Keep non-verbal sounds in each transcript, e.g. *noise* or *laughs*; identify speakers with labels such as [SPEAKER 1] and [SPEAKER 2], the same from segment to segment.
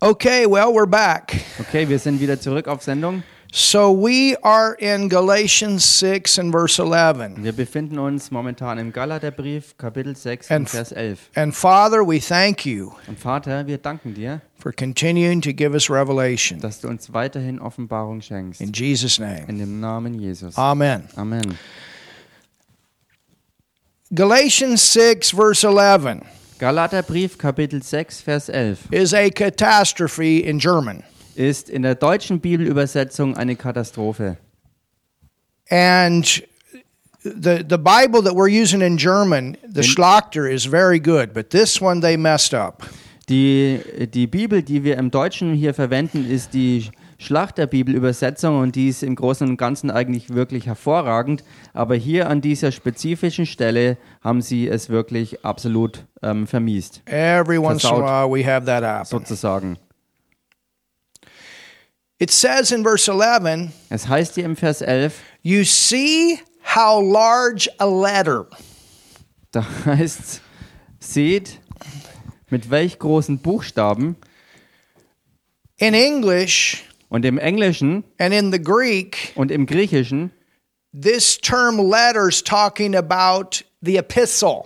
[SPEAKER 1] Okay, well, we're back.
[SPEAKER 2] Okay, wir sind wieder zurück auf Sendung.
[SPEAKER 1] So we are in Galatians 6 and verse 11.
[SPEAKER 2] Wir befinden uns momentan im Galaterbrief, Kapitel 6,
[SPEAKER 1] And-
[SPEAKER 2] und Vers 11.
[SPEAKER 1] And Father, we thank you
[SPEAKER 2] Und Vater, wir danken dir,
[SPEAKER 1] for continuing to give us revelation.
[SPEAKER 2] dass du uns weiterhin Offenbarung schenkst.
[SPEAKER 1] In Jesus' name.
[SPEAKER 2] In dem Namen Jesus.
[SPEAKER 1] Amen.
[SPEAKER 2] Amen.
[SPEAKER 1] Galatians 6, verse 11
[SPEAKER 2] Galaterbrief, Kapitel 6, Vers 11
[SPEAKER 1] is a catastrophe in German.
[SPEAKER 2] ist in der deutschen Bibelübersetzung eine Katastrophe.
[SPEAKER 1] And the, the Bible that we're using in German, the Schlachter, is very good, but this one they messed up.
[SPEAKER 2] Die, die Bibel, die wir im Deutschen hier verwenden, ist die Schlachterbibelübersetzung und die ist im Großen und Ganzen eigentlich wirklich hervorragend. Aber hier an dieser spezifischen Stelle haben sie es wirklich absolut ähm, vermiest,
[SPEAKER 1] Every once in a
[SPEAKER 2] Versaut.
[SPEAKER 1] while we have that happen.
[SPEAKER 2] sozusagen.
[SPEAKER 1] It says in verse 11,
[SPEAKER 2] Es heißt hier im Vers 11,
[SPEAKER 1] You see how large a letter.
[SPEAKER 2] da *laughs* heißt seht, mit welch großen Buchstaben.
[SPEAKER 1] In English
[SPEAKER 2] Und im Englischen
[SPEAKER 1] and in the Greek,
[SPEAKER 2] und im Griechischen,
[SPEAKER 1] this term letters talking about the epistle.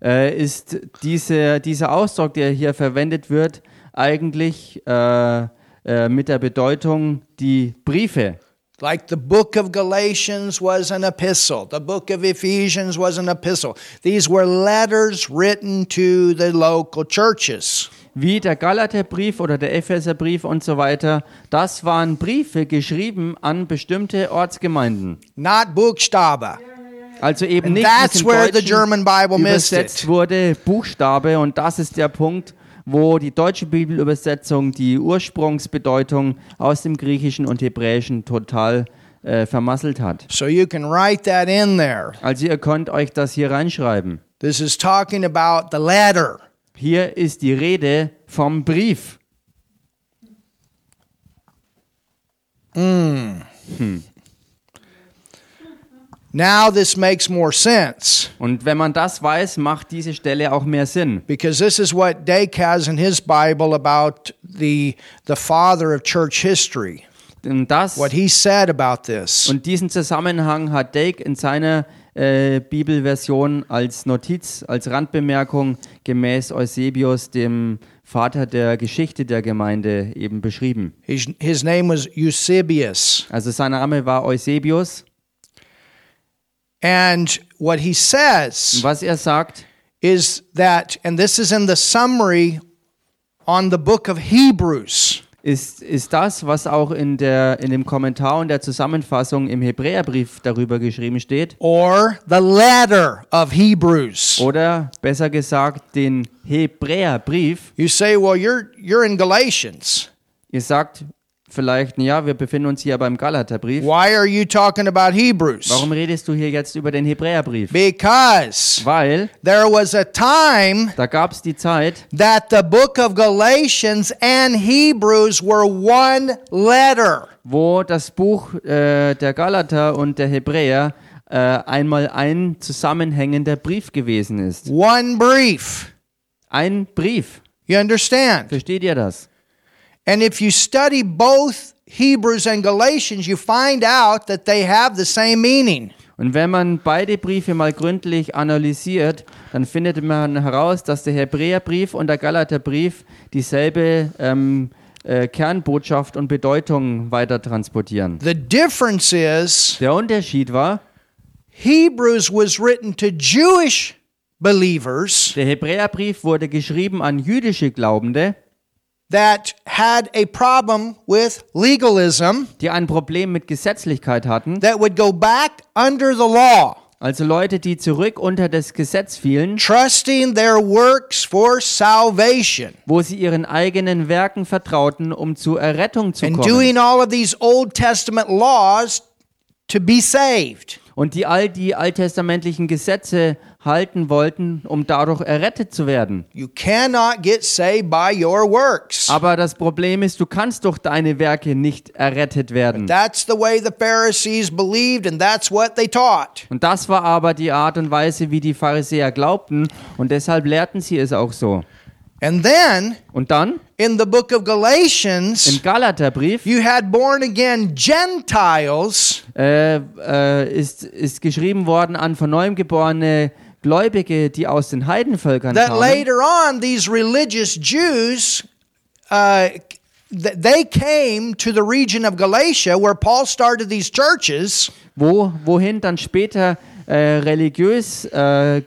[SPEAKER 2] äh, ist diese, dieser Ausdruck, der hier verwendet wird, eigentlich äh, äh, mit der Bedeutung die Briefe.
[SPEAKER 1] Like the book of Galatians was an epistle, the book of Ephesians was an epistle. These were letters written to the local churches.
[SPEAKER 2] Wie der Galaterbrief oder der Epheserbrief und so weiter, das waren Briefe geschrieben an bestimmte Ortsgemeinden.
[SPEAKER 1] Not Buchstabe.
[SPEAKER 2] Also eben
[SPEAKER 1] And
[SPEAKER 2] nicht
[SPEAKER 1] that's
[SPEAKER 2] wie
[SPEAKER 1] where
[SPEAKER 2] es
[SPEAKER 1] the
[SPEAKER 2] im
[SPEAKER 1] German
[SPEAKER 2] Deutschen
[SPEAKER 1] Bible missed
[SPEAKER 2] übersetzt
[SPEAKER 1] it.
[SPEAKER 2] wurde, Buchstabe und das ist der Punkt, wo die deutsche Bibelübersetzung die Ursprungsbedeutung aus dem Griechischen und Hebräischen total äh, vermasselt hat.
[SPEAKER 1] So you can write that in there.
[SPEAKER 2] Also ihr könnt euch das hier reinschreiben.
[SPEAKER 1] This is talking about the letter.
[SPEAKER 2] Hier ist die Rede vom Brief.
[SPEAKER 1] Now this makes more sense.
[SPEAKER 2] Und wenn man das weiß, macht diese Stelle auch mehr Sinn.
[SPEAKER 1] because this is what Dake has in his Bible about the the father of church history.
[SPEAKER 2] Und, das,
[SPEAKER 1] What he said about this.
[SPEAKER 2] und diesen Zusammenhang hat Dake in seiner äh, Bibelversion als Notiz, als Randbemerkung gemäß Eusebius, dem Vater der Geschichte der Gemeinde, eben beschrieben.
[SPEAKER 1] His, his name was Eusebius.
[SPEAKER 2] Also sein Name war Eusebius.
[SPEAKER 1] And what he says
[SPEAKER 2] Was er sagt,
[SPEAKER 1] is that, and this is in the summary on the book of Hebrews.
[SPEAKER 2] ist, ist das, was auch in, der, in dem Kommentar und der Zusammenfassung im Hebräerbrief darüber geschrieben steht,
[SPEAKER 1] Or the letter of Hebrews.
[SPEAKER 2] oder besser gesagt den Hebräerbrief.
[SPEAKER 1] You say, well, you're you're in Galatians.
[SPEAKER 2] Ihr sagt vielleicht, ja, wir befinden uns hier beim Galaterbrief.
[SPEAKER 1] Why are you talking about Hebrews?
[SPEAKER 2] Warum redest du hier jetzt über den Hebräerbrief?
[SPEAKER 1] Because
[SPEAKER 2] Weil
[SPEAKER 1] there was a time
[SPEAKER 2] da gab es die Zeit,
[SPEAKER 1] that the book of Galatians and Hebrews were one letter.
[SPEAKER 2] wo das Buch äh, der Galater und der Hebräer äh, einmal ein zusammenhängender Brief gewesen ist.
[SPEAKER 1] One brief.
[SPEAKER 2] Ein Brief.
[SPEAKER 1] You understand?
[SPEAKER 2] Versteht ihr das?
[SPEAKER 1] And if you study both Hebrews and Galatians, you find out that they have the same meaning.
[SPEAKER 2] Und wenn man beide Briefe mal gründlich analysiert, dann findet man heraus, dass der Hebräerbrief und der Galaterbrief dieselbe ähm, äh, Kernbotschaft und Bedeutung weiter transportieren.
[SPEAKER 1] The difference is
[SPEAKER 2] Der Unterschied war,
[SPEAKER 1] Hebrews was written to Jewish believers
[SPEAKER 2] der Hebräerbrief wurde geschrieben an jüdische Glaubende,
[SPEAKER 1] that had a problem with legalism
[SPEAKER 2] die ein Problem mit Gesetzlichkeit hatten,
[SPEAKER 1] that would go back under the law,
[SPEAKER 2] also Leute, die zurück unter das Gesetz fielen,
[SPEAKER 1] trusting their works for salvation.
[SPEAKER 2] wo sie ihren eigenen Werken vertrauten, um zur Errettung zu
[SPEAKER 1] and
[SPEAKER 2] kommen.
[SPEAKER 1] doing all of these Old Testament laws to be saved.
[SPEAKER 2] und die all die alttestamentlichen Gesetze halten wollten, um dadurch errettet zu werden.
[SPEAKER 1] You cannot get saved by your works.
[SPEAKER 2] Aber das Problem ist, du kannst durch deine Werke nicht errettet werden.
[SPEAKER 1] That's the way the Pharisees believed, and that's what they taught.
[SPEAKER 2] Und das war aber die Art und Weise, wie die Pharisäer glaubten, und deshalb lehrten sie es auch so.
[SPEAKER 1] And then
[SPEAKER 2] Und dann
[SPEAKER 1] in the book of Galatians,
[SPEAKER 2] im Galaterbrief
[SPEAKER 1] you had born again Gentiles
[SPEAKER 2] äh, äh, ist, ist geschrieben worden an von neuem geborene Gläubige, die aus den Heidenvölkern
[SPEAKER 1] that
[SPEAKER 2] kamen.
[SPEAKER 1] later on these religious Jews. Uh, th- they came to the region of Galatia where Paul started these churches.
[SPEAKER 2] Wo, wohin dann später äh, religiös äh,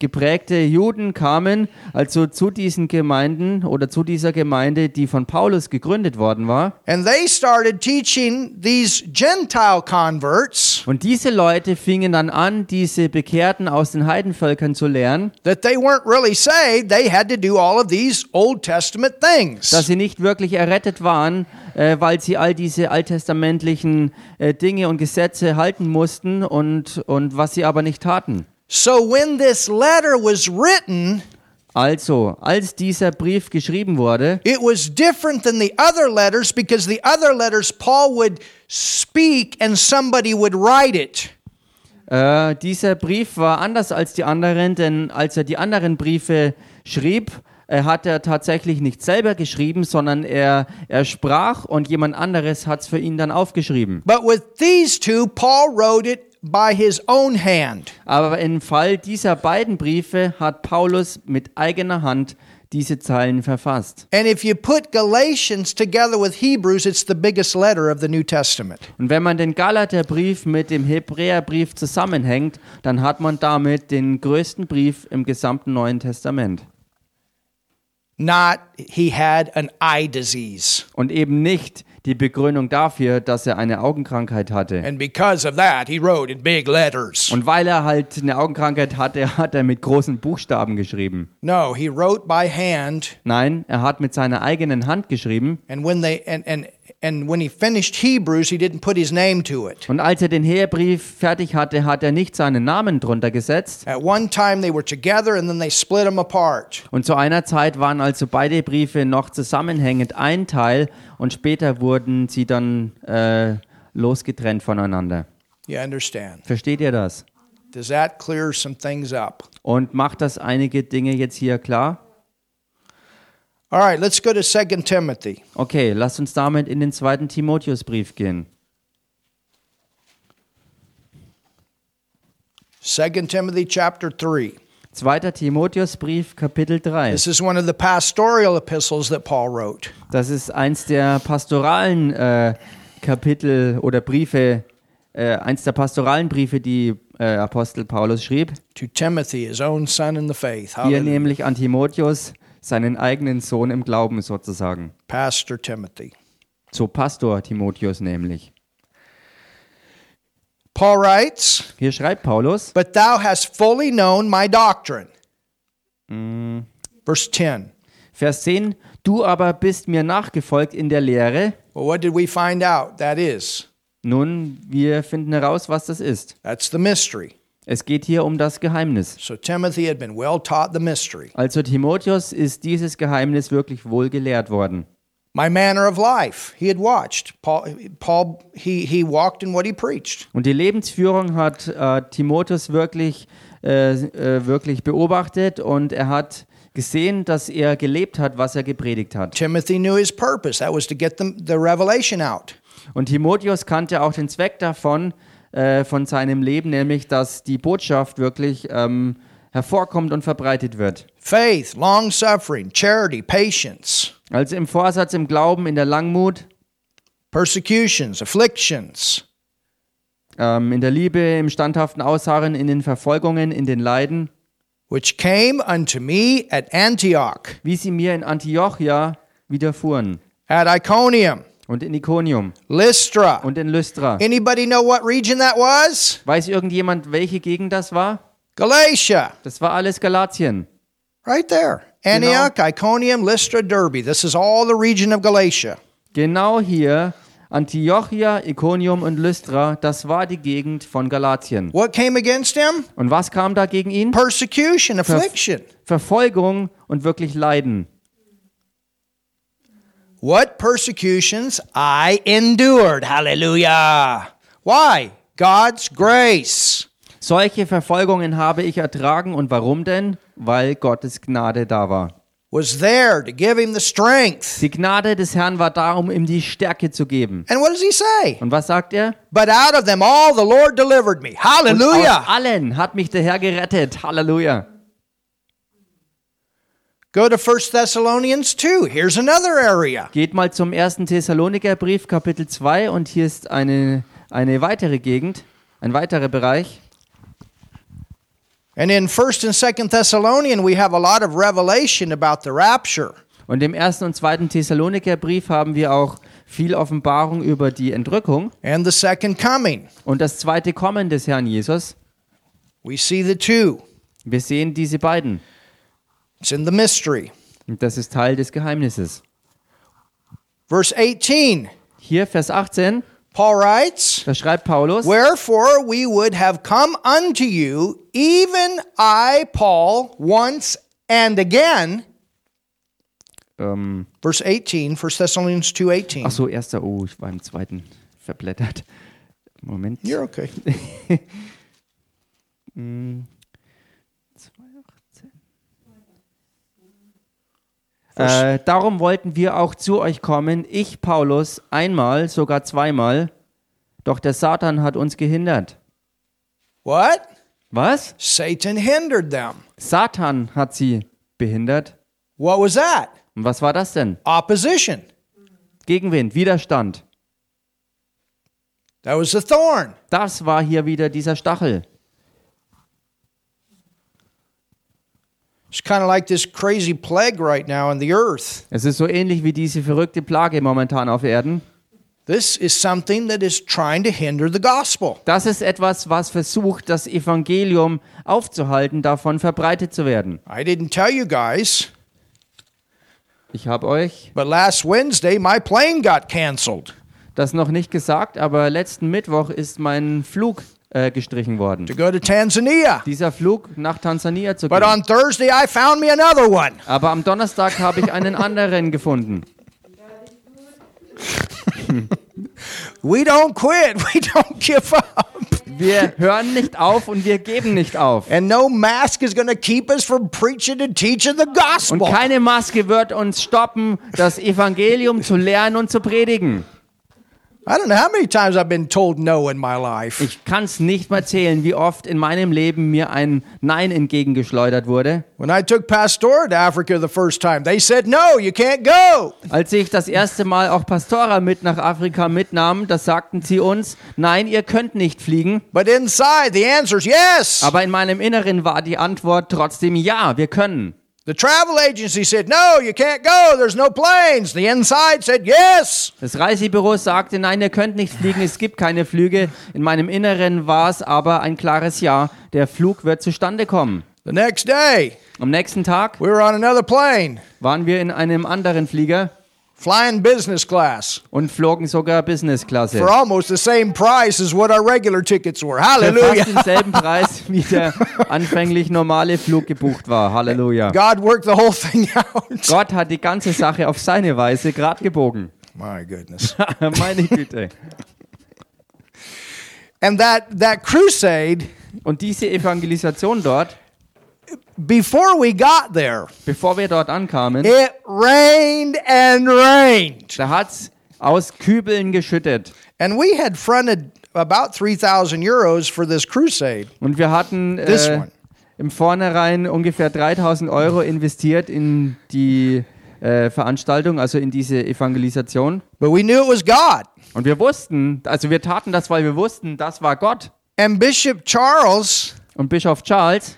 [SPEAKER 2] geprägte Juden kamen, also zu diesen Gemeinden oder zu dieser Gemeinde, die von Paulus gegründet worden war.
[SPEAKER 1] And they started teaching these Gentile converts
[SPEAKER 2] Und diese Leute fingen dann an, diese Bekehrten aus den Heidenvölkern zu lehren,
[SPEAKER 1] that they weren't really saved. They had to do all of these Old Testament
[SPEAKER 2] dass
[SPEAKER 1] things.
[SPEAKER 2] sie nicht wirklich errettet waren, äh, weil sie all diese alttestamentlichen äh, Dinge und Gesetze halten mussten und, und was sie aber nicht taten.
[SPEAKER 1] So when this letter was written,
[SPEAKER 2] Also, als dieser Brief geschrieben wurde,
[SPEAKER 1] it was different than the other letters because the other letters Paul would speak and somebody would write it.
[SPEAKER 2] äh, dieser Brief war anders als die anderen, denn als er die anderen Briefe schrieb, äh, hat er tatsächlich nicht selber geschrieben, sondern er, er sprach und jemand anderes hat es für ihn dann aufgeschrieben.
[SPEAKER 1] But with these two, Paul wrote it by his own hand.
[SPEAKER 2] Aber im Fall dieser beiden Briefe hat Paulus mit eigener Hand diese Zeilen verfasst.
[SPEAKER 1] And if you put Galatians together with Hebrews, it's the biggest letter of the New Testament.
[SPEAKER 2] Und wenn man den Galaterbrief mit dem Hebräerbrief zusammenhängt, dann hat man damit den größten Brief im gesamten Neuen Testament.
[SPEAKER 1] Not he had an eye disease.
[SPEAKER 2] Und eben nicht die Begründung dafür, dass er eine Augenkrankheit hatte.
[SPEAKER 1] And because of that, he wrote in big letters.
[SPEAKER 2] Und weil er halt eine Augenkrankheit hatte, *laughs* hat er mit großen Buchstaben geschrieben.
[SPEAKER 1] No, he wrote by hand.
[SPEAKER 2] Nein, er hat mit seiner eigenen Hand geschrieben.
[SPEAKER 1] And when they and and and when he finished Hebrews, he didn't put his name to it.
[SPEAKER 2] Und als er den Hebräerbrief fertig hatte, hat er nicht seinen Namen drunter gesetzt,
[SPEAKER 1] At one time they were together and then they split them apart.
[SPEAKER 2] Und zu einer Zeit waren also beide Briefe noch zusammenhängend ein Teil und später wurden sie dann äh, losgetrennt voneinander.
[SPEAKER 1] You understand?
[SPEAKER 2] Versteht ihr das?
[SPEAKER 1] Does that clear some things up?
[SPEAKER 2] Und macht das einige Dinge jetzt hier klar?
[SPEAKER 1] All right, let's go to 2 Timothy.
[SPEAKER 2] Okay, lasst uns damit in den zweiten Timotheusbrief gehen.
[SPEAKER 1] 2 Timothy chapter 3.
[SPEAKER 2] Zweiter Timotheusbrief, Kapitel 3.
[SPEAKER 1] This is one of the pastoral epistles that Paul wrote.
[SPEAKER 2] Das ist eins der pastoralen äh, Kapitel oder Briefe, äh, eins der pastoralen Briefe, die äh, Apostel Paulus schrieb.
[SPEAKER 1] to Timothy, his own son in the faith.
[SPEAKER 2] Hier
[SPEAKER 1] Hallelujah.
[SPEAKER 2] nämlich an Timotheus, seinen eigenen Sohn im Glauben sozusagen.
[SPEAKER 1] Pastor Timothy.
[SPEAKER 2] Zu Pastor Timotheus nämlich.
[SPEAKER 1] Paul writes,
[SPEAKER 2] Hier schreibt Paulus,
[SPEAKER 1] But thou hast fully known my doctrine. Verse 10.
[SPEAKER 2] Vers 10, du aber bist mir nachgefolgt in der Lehre.
[SPEAKER 1] Well, what did we find out? That is,
[SPEAKER 2] Nun, wir finden heraus, was das ist.
[SPEAKER 1] that's the mystery.
[SPEAKER 2] Es geht hier um das Geheimnis.
[SPEAKER 1] So Timothy had been well taught the mystery.
[SPEAKER 2] Also Timotheus ist dieses Geheimnis wirklich wohl gelehrt worden.
[SPEAKER 1] My manner of life, he had watched. Paul, Paul he, he walked in what he preached.
[SPEAKER 2] Und die Lebensführung hat äh, Timotheus wirklich, äh, äh, wirklich beobachtet und er hat gesehen, dass er gelebt hat, was er gepredigt hat.
[SPEAKER 1] Timothy knew his purpose. That was to get the, the revelation out.
[SPEAKER 2] Und Timotheus kannte auch den Zweck davon, äh, von seinem Leben, nämlich, dass die Botschaft wirklich ähm, hervorkommt und verbreitet wird.
[SPEAKER 1] Faith, long suffering, charity, patience,
[SPEAKER 2] Also im Vorsatz, im Glauben, in der Langmut,
[SPEAKER 1] persecutions, afflictions,
[SPEAKER 2] ähm, in der Liebe, im standhaften Ausharren, in den Verfolgungen, in den Leiden,
[SPEAKER 1] which came unto me at Antioch,
[SPEAKER 2] wie sie mir in Antiochia widerfuhren
[SPEAKER 1] at Iconium,
[SPEAKER 2] und in Iconium
[SPEAKER 1] Lystra.
[SPEAKER 2] und in Lystra.
[SPEAKER 1] Anybody know what region that was?
[SPEAKER 2] Weiß irgendjemand, welche Gegend das war?
[SPEAKER 1] Galatia,
[SPEAKER 2] Das war alles Galatien.
[SPEAKER 1] right there. Antioch, Iconium, Lystra, Derbe. This is all the region of Galatia.
[SPEAKER 2] Genau hier, Antiochia, Iconium und Lystra, das war die Gegend von Galatien.
[SPEAKER 1] What came against him?
[SPEAKER 2] Und was kam da gegen ihn?
[SPEAKER 1] Persecution, affliction.
[SPEAKER 2] Verfolgung und wirklich Leiden.
[SPEAKER 1] What persecutions I endured. Hallelujah. Why? God's grace.
[SPEAKER 2] Solche Verfolgungen habe ich ertragen und warum denn? Weil Gottes Gnade da war.
[SPEAKER 1] was there to give him the strength.
[SPEAKER 2] Die Gnade des Herrn war da, um ihm die Stärke zu geben.
[SPEAKER 1] And what does he say?
[SPEAKER 2] Und was sagt er?
[SPEAKER 1] But out of them all the Lord delivered me.
[SPEAKER 2] Und Aus
[SPEAKER 1] Hallelujah.
[SPEAKER 2] allen hat mich der Herr gerettet. Halleluja.
[SPEAKER 1] Go to 1 Thessalonians 2. Here's another area.
[SPEAKER 2] Geht mal zum 1. Thessaloniker Brief, Kapitel 2, und hier ist eine, eine weitere Gegend, ein weiterer Bereich.
[SPEAKER 1] And in 1st and 2nd Thessalonian we have a lot of revelation about the rapture.
[SPEAKER 2] Und im 1. und 2. Thessaloniker Brief haben wir auch viel Offenbarung über die Entrückung
[SPEAKER 1] and the second coming.
[SPEAKER 2] und das zweite Kommen des Herrn Jesus.
[SPEAKER 1] We see the two.
[SPEAKER 2] Wir sehen diese beiden.
[SPEAKER 1] It's in the mystery.
[SPEAKER 2] Und das ist Teil des Geheimnisses.
[SPEAKER 1] Verse 18,
[SPEAKER 2] Hier, Vers 18,
[SPEAKER 1] Paul writes,
[SPEAKER 2] da schreibt Paulus,
[SPEAKER 1] Wherefore we would have come unto you, even I, Paul, once and again.
[SPEAKER 2] ähm,
[SPEAKER 1] Verse 18, 1 Thessalonians 2 18.
[SPEAKER 2] ach so, erster, oh, ich war im zweiten verblättert. Moment.
[SPEAKER 1] You're okay.
[SPEAKER 2] Äh, darum wollten wir auch zu euch kommen, ich, Paulus, einmal, sogar zweimal, doch der Satan hat uns gehindert.
[SPEAKER 1] What?
[SPEAKER 2] Was?
[SPEAKER 1] Satan hindered them.
[SPEAKER 2] Satan hat sie behindert.
[SPEAKER 1] What was that?
[SPEAKER 2] Und was war das denn?
[SPEAKER 1] Opposition.
[SPEAKER 2] Gegenwind, Widerstand.
[SPEAKER 1] That was the thorn.
[SPEAKER 2] Das war hier wieder dieser Stachel.
[SPEAKER 1] It's kind of like this crazy plague right now in the earth.
[SPEAKER 2] Es ist so ähnlich wie diese verrückte Plage momentan auf Erden.
[SPEAKER 1] This is something that is trying to hinder the gospel.
[SPEAKER 2] Das ist etwas, was versucht, das Evangelium aufzuhalten, davon verbreitet zu werden.
[SPEAKER 1] I didn't tell you guys,
[SPEAKER 2] Ich habe euch
[SPEAKER 1] but last Wednesday my plane got canceled
[SPEAKER 2] das noch nicht gesagt, aber letzten Mittwoch ist mein Flug äh, gestrichen worden.
[SPEAKER 1] to go to Tanzania.
[SPEAKER 2] Dieser Flug nach Tansania zu
[SPEAKER 1] But
[SPEAKER 2] gehen.
[SPEAKER 1] on Thursday I found me another one.
[SPEAKER 2] Aber am Donnerstag habe ich einen anderen gefunden.
[SPEAKER 1] We don't quit. *laughs* We don't give up.
[SPEAKER 2] Wir hören nicht auf und wir geben nicht auf.
[SPEAKER 1] And no mask is going to keep us from preaching and teaching the
[SPEAKER 2] Und
[SPEAKER 1] gospel.
[SPEAKER 2] keine Maske wird uns stoppen, das Evangelium zu lernen und zu predigen.
[SPEAKER 1] I don't know how many times I've been told no in my life.
[SPEAKER 2] Ich kann es nicht mal zählen, wie oft in meinem Leben mir ein Nein entgegengeschleudert wurde.
[SPEAKER 1] When I took Pastora to Africa the first time, they said, no, you can't go.
[SPEAKER 2] Als ich das erste Mal auch Pastora mit nach Afrika mitnahm, das sagten sie uns, nein, ihr könnt nicht fliegen.
[SPEAKER 1] But inside, the answer is yes.
[SPEAKER 2] Aber in meinem Inneren war die Antwort trotzdem ja, wir können.
[SPEAKER 1] The travel agency said, no, you can't go. There's no planes. The inside said, yes.
[SPEAKER 2] Das Reisebüro sagte, nein, ihr könnt nicht fliegen, es gibt keine Flüge. In meinem Inneren war es aber ein klares Ja, der Flug wird zustande kommen.
[SPEAKER 1] The next day,
[SPEAKER 2] Am nächsten Tag
[SPEAKER 1] we were on another plane,
[SPEAKER 2] waren wir in einem anderen Flieger
[SPEAKER 1] flying business class
[SPEAKER 2] und flogen sogar Business-Klasse.
[SPEAKER 1] for almost the same price as what our regular tickets were. *laughs*
[SPEAKER 2] Für fast
[SPEAKER 1] Hallelujah.
[SPEAKER 2] denselben Preis, wie der anfänglich normale Flug gebucht war. Halleluja.
[SPEAKER 1] God worked the whole thing *laughs* out.
[SPEAKER 2] Gott hat die ganze Sache auf seine Weise gerade gebogen. *laughs*
[SPEAKER 1] My goodness.
[SPEAKER 2] Meine Güte.
[SPEAKER 1] *laughs* And that, that crusade,
[SPEAKER 2] Und diese Evangelisation dort,
[SPEAKER 1] before we got there,
[SPEAKER 2] bevor wir dort ankamen,
[SPEAKER 1] it rained and rained.
[SPEAKER 2] da hat es aus Kübeln geschüttet.
[SPEAKER 1] And we had fronted about 3,000 euros for this crusade.
[SPEAKER 2] Und wir hatten
[SPEAKER 1] This
[SPEAKER 2] äh,
[SPEAKER 1] one.
[SPEAKER 2] im Vornherein ungefähr 3000 Euro investiert in die äh, Veranstaltung, also in diese Evangelisation.
[SPEAKER 1] But we knew it was God.
[SPEAKER 2] Und wir wussten, also wir taten das, weil wir wussten, das war Gott.
[SPEAKER 1] And Bishop Charles
[SPEAKER 2] Und Bischof Charles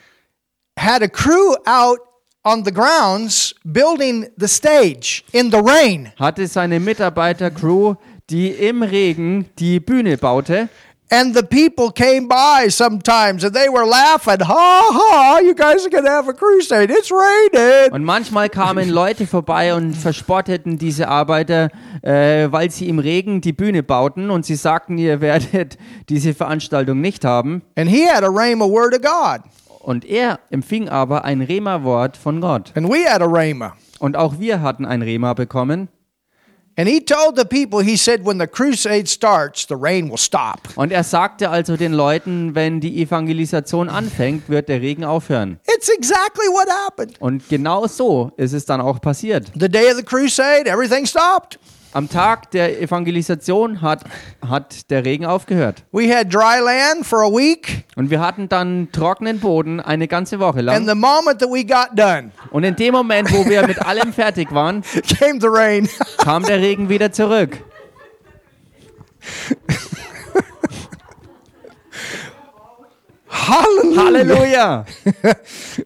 [SPEAKER 1] had a crew out on the grounds building the stage in the rain.
[SPEAKER 2] hatte seine Mitarbeiter-Crew, die im Regen die Bühne baute.
[SPEAKER 1] And the people came by sometimes and they were laughing. Ha ha, you guys are going to have a crusade. It's raining.
[SPEAKER 2] Und manchmal kamen Leute vorbei und verspotteten diese Arbeiter, äh, weil sie im Regen die Bühne bauten und sie sagten, ihr werdet diese Veranstaltung nicht haben.
[SPEAKER 1] And he had a rhema word of God.
[SPEAKER 2] Und er empfing aber ein Rema-Wort von Gott.
[SPEAKER 1] And we had a rhema.
[SPEAKER 2] Und auch wir hatten ein Rema bekommen.
[SPEAKER 1] And he told the people, he said, when the crusade starts, the rain will stop.
[SPEAKER 2] Und er sagte also den Leuten, wenn die Evangelisation anfängt, wird der Regen aufhören.
[SPEAKER 1] It's exactly what happened.
[SPEAKER 2] Und genau so ist es dann auch passiert.
[SPEAKER 1] The day of the crusade, everything stopped.
[SPEAKER 2] Am Tag der Evangelisation hat, hat der Regen aufgehört.
[SPEAKER 1] We had dry land for a week,
[SPEAKER 2] Und wir hatten dann trockenen Boden eine ganze Woche
[SPEAKER 1] and
[SPEAKER 2] lang.
[SPEAKER 1] the moment that we got done *laughs*
[SPEAKER 2] Und in dem Moment, wo wir mit allem fertig waren,
[SPEAKER 1] came the rain. *laughs*
[SPEAKER 2] kam der Regen wieder zurück.
[SPEAKER 1] Hallelujah.
[SPEAKER 2] Halleluja!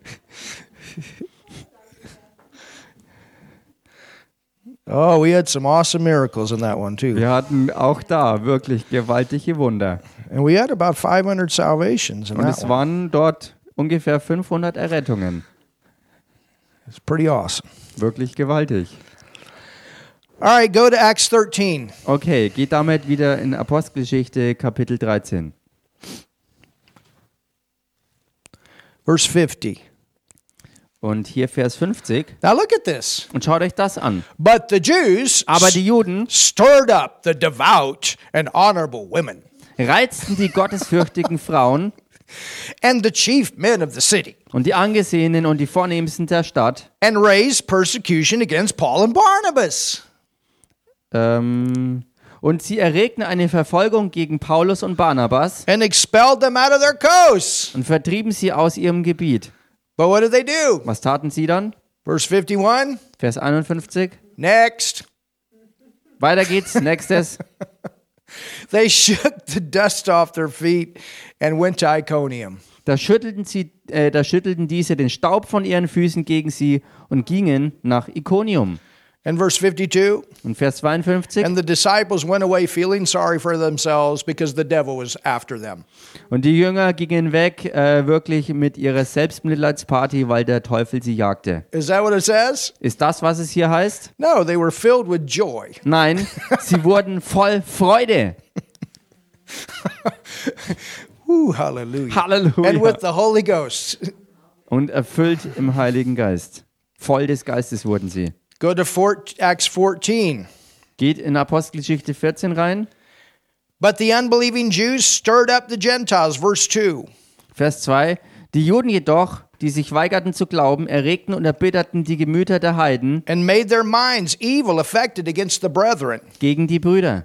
[SPEAKER 1] Oh, we had some awesome miracles in that one too.
[SPEAKER 2] Wir hatten auch da wirklich gewaltige Wunder.
[SPEAKER 1] And we had about 500 salvations in
[SPEAKER 2] Und
[SPEAKER 1] that
[SPEAKER 2] es
[SPEAKER 1] one.
[SPEAKER 2] waren dort ungefähr 500 Errettungen.
[SPEAKER 1] It's pretty awesome.
[SPEAKER 2] Wirklich gewaltig.
[SPEAKER 1] All right, go to Acts 13.
[SPEAKER 2] Okay, geht damit wieder in Apostelgeschichte Kapitel 13,
[SPEAKER 1] verse 50.
[SPEAKER 2] und hier Vers 50.
[SPEAKER 1] Now look at this.
[SPEAKER 2] Und schaut euch das an.
[SPEAKER 1] But the Jews
[SPEAKER 2] Aber die Juden
[SPEAKER 1] stirred up the devout and honorable women
[SPEAKER 2] reizten die gottesfürchtigen Frauen
[SPEAKER 1] and the chief men of the city
[SPEAKER 2] und die Angesehenen und die Vornehmsten der Stadt.
[SPEAKER 1] and raised persecution against Paul and Barnabas.
[SPEAKER 2] Ähm, und sie erregten eine Verfolgung gegen Paulus und Barnabas
[SPEAKER 1] and expelled them out of their coasts.
[SPEAKER 2] und vertrieben sie aus ihrem Gebiet.
[SPEAKER 1] But what did they do?
[SPEAKER 2] Was taten sie dann?
[SPEAKER 1] Verse 51,
[SPEAKER 2] Vers 51.
[SPEAKER 1] next.
[SPEAKER 2] Weiter geht's. Nächstes.
[SPEAKER 1] They *laughs* shook the dust off their feet and went to Iconium.
[SPEAKER 2] Da schüttelten, sie, äh, da schüttelten diese den Staub von ihren Füßen gegen sie und gingen nach Ikonium.
[SPEAKER 1] And verse 52,
[SPEAKER 2] Und Vers 52.
[SPEAKER 1] and the disciples went away feeling sorry for themselves because the devil was after them.
[SPEAKER 2] Und die Jünger gingen weg, äh, wirklich mit ihrer Selbstmitleidsparty, weil der Teufel sie jagte.
[SPEAKER 1] Is that what it says?
[SPEAKER 2] Ist das, was es hier heißt?
[SPEAKER 1] No, they were filled with joy.
[SPEAKER 2] Nein, sie wurden voll Freude.
[SPEAKER 1] Ooh, hallelujah.
[SPEAKER 2] Halleluja.
[SPEAKER 1] And with the Holy Ghost. *laughs*
[SPEAKER 2] Und erfüllt im Heiligen Geist. Voll des Geistes wurden sie.
[SPEAKER 1] Go to four, Acts 14.
[SPEAKER 2] Geht in Apostelgeschichte 14 rein,
[SPEAKER 1] But the unbelieving Jews stirred up the Gentiles. Verse 2.
[SPEAKER 2] Vers 2. Die Juden jedoch, die sich weigerten zu glauben, erregten und erbitterten die Gemüter der Heiden
[SPEAKER 1] and made their minds evil affected against the brethren.
[SPEAKER 2] gegen die Brüder.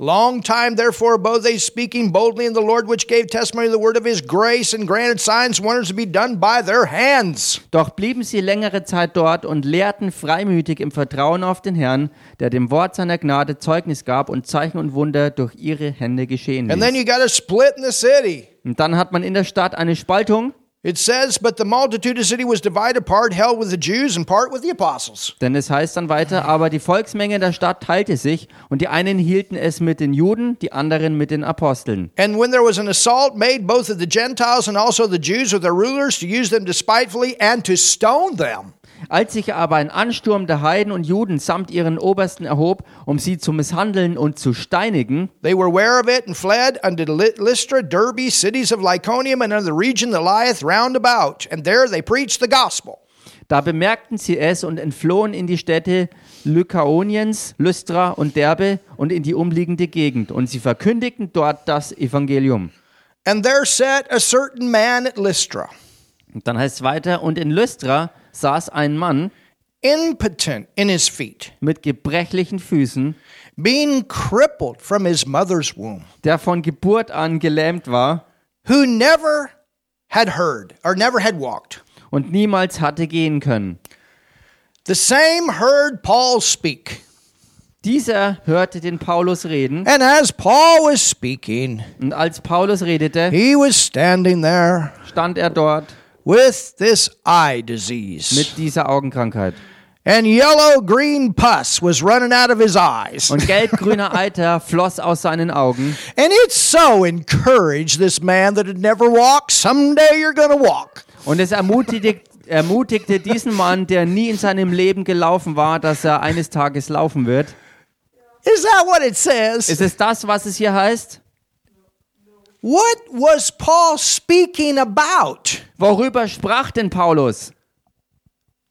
[SPEAKER 1] Long time, therefore, both they speaking boldly in the Lord, which gave testimony of the word of his grace, and granted signs, wonders to be done by their hands.
[SPEAKER 2] Doch blieben sie längere Zeit dort und lehrten freimütig im Vertrauen auf den Herrn, der dem Wort seiner Gnade Zeugnis gab und Zeichen und Wunder durch ihre Hände geschehen
[SPEAKER 1] And then
[SPEAKER 2] ließ.
[SPEAKER 1] you got a split in the city.
[SPEAKER 2] Und dann hat man in der Stadt eine Spaltung,
[SPEAKER 1] It says, But the multitude of the city was divided, part held with the Jews, and part with the apostles.
[SPEAKER 2] denn es heißt dann weiter, aber die Volksmenge der Stadt teilte sich und die einen hielten es mit den Juden, die anderen mit den Aposteln.
[SPEAKER 1] And when there was an assault made both of the Gentiles and also the Jews with their rulers to use them despitefully and to stone them.
[SPEAKER 2] Als sich aber ein Ansturm der Heiden und Juden samt ihren Obersten erhob, um sie zu misshandeln und zu steinigen,
[SPEAKER 1] They were aware of it and fled unto Ly- Lystra, Derbe, cities of Lyconium, and unto the region that lieth round about. And there they preached the gospel.
[SPEAKER 2] Da bemerkten sie es und entflohen in die Städte Lykaoniens, Lystra und Derbe und in die umliegende Gegend. Und sie verkündigten dort das Evangelium.
[SPEAKER 1] And there sat a certain man at Lystra,
[SPEAKER 2] Und dann heißt es weiter, und in Lystra saß ein Mann
[SPEAKER 1] impotent in his feet,
[SPEAKER 2] mit gebrechlichen Füßen,
[SPEAKER 1] being crippled from his mother's womb,
[SPEAKER 2] der von Geburt an gelähmt war
[SPEAKER 1] who never had heard or never had walked.
[SPEAKER 2] und niemals hatte gehen können.
[SPEAKER 1] The same heard Paul speak.
[SPEAKER 2] Dieser hörte den Paulus reden,
[SPEAKER 1] And as Paul was speaking,
[SPEAKER 2] und als Paulus redete,
[SPEAKER 1] he was standing there
[SPEAKER 2] stand er dort
[SPEAKER 1] with this eye disease.
[SPEAKER 2] mit dieser Augenkrankheit.
[SPEAKER 1] and yellow green pus was running out of his eyes.
[SPEAKER 2] Und gelbgrüner Eiter floss aus seinen Augen.
[SPEAKER 1] And it so encouraged this man that had never walked. Someday you're going to walk.
[SPEAKER 2] Und es ermutigte, ermutigte diesen Mann, der nie in seinem Leben gelaufen war, dass er eines Tages laufen wird.
[SPEAKER 1] Is that what it says?
[SPEAKER 2] Ist es das, was es hier heißt?
[SPEAKER 1] what was Paul speaking about?
[SPEAKER 2] Worüber sprach denn Paulus?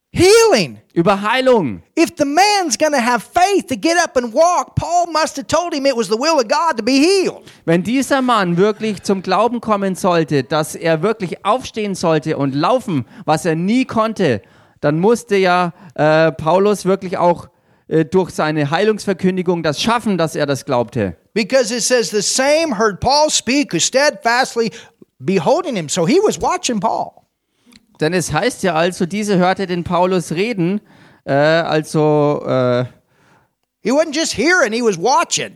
[SPEAKER 1] healing.
[SPEAKER 2] über Heilung.
[SPEAKER 1] If the man's going to have faith to get up and walk, Paul must have told him it was the will of God to be healed.
[SPEAKER 2] Wenn dieser Mann wirklich zum Glauben kommen sollte, dass er wirklich aufstehen sollte und laufen, was er nie konnte, dann musste ja äh, Paulus wirklich auch äh, durch seine Heilungsverkündigung das schaffen, dass er das glaubte.
[SPEAKER 1] Because it says, the same heard Paul speak who steadfastly beholding him. So he was watching Paul.
[SPEAKER 2] Denn es heißt ja also, diese hörte den Paulus reden, äh, also äh,
[SPEAKER 1] He wasn't just hearing, he was watching.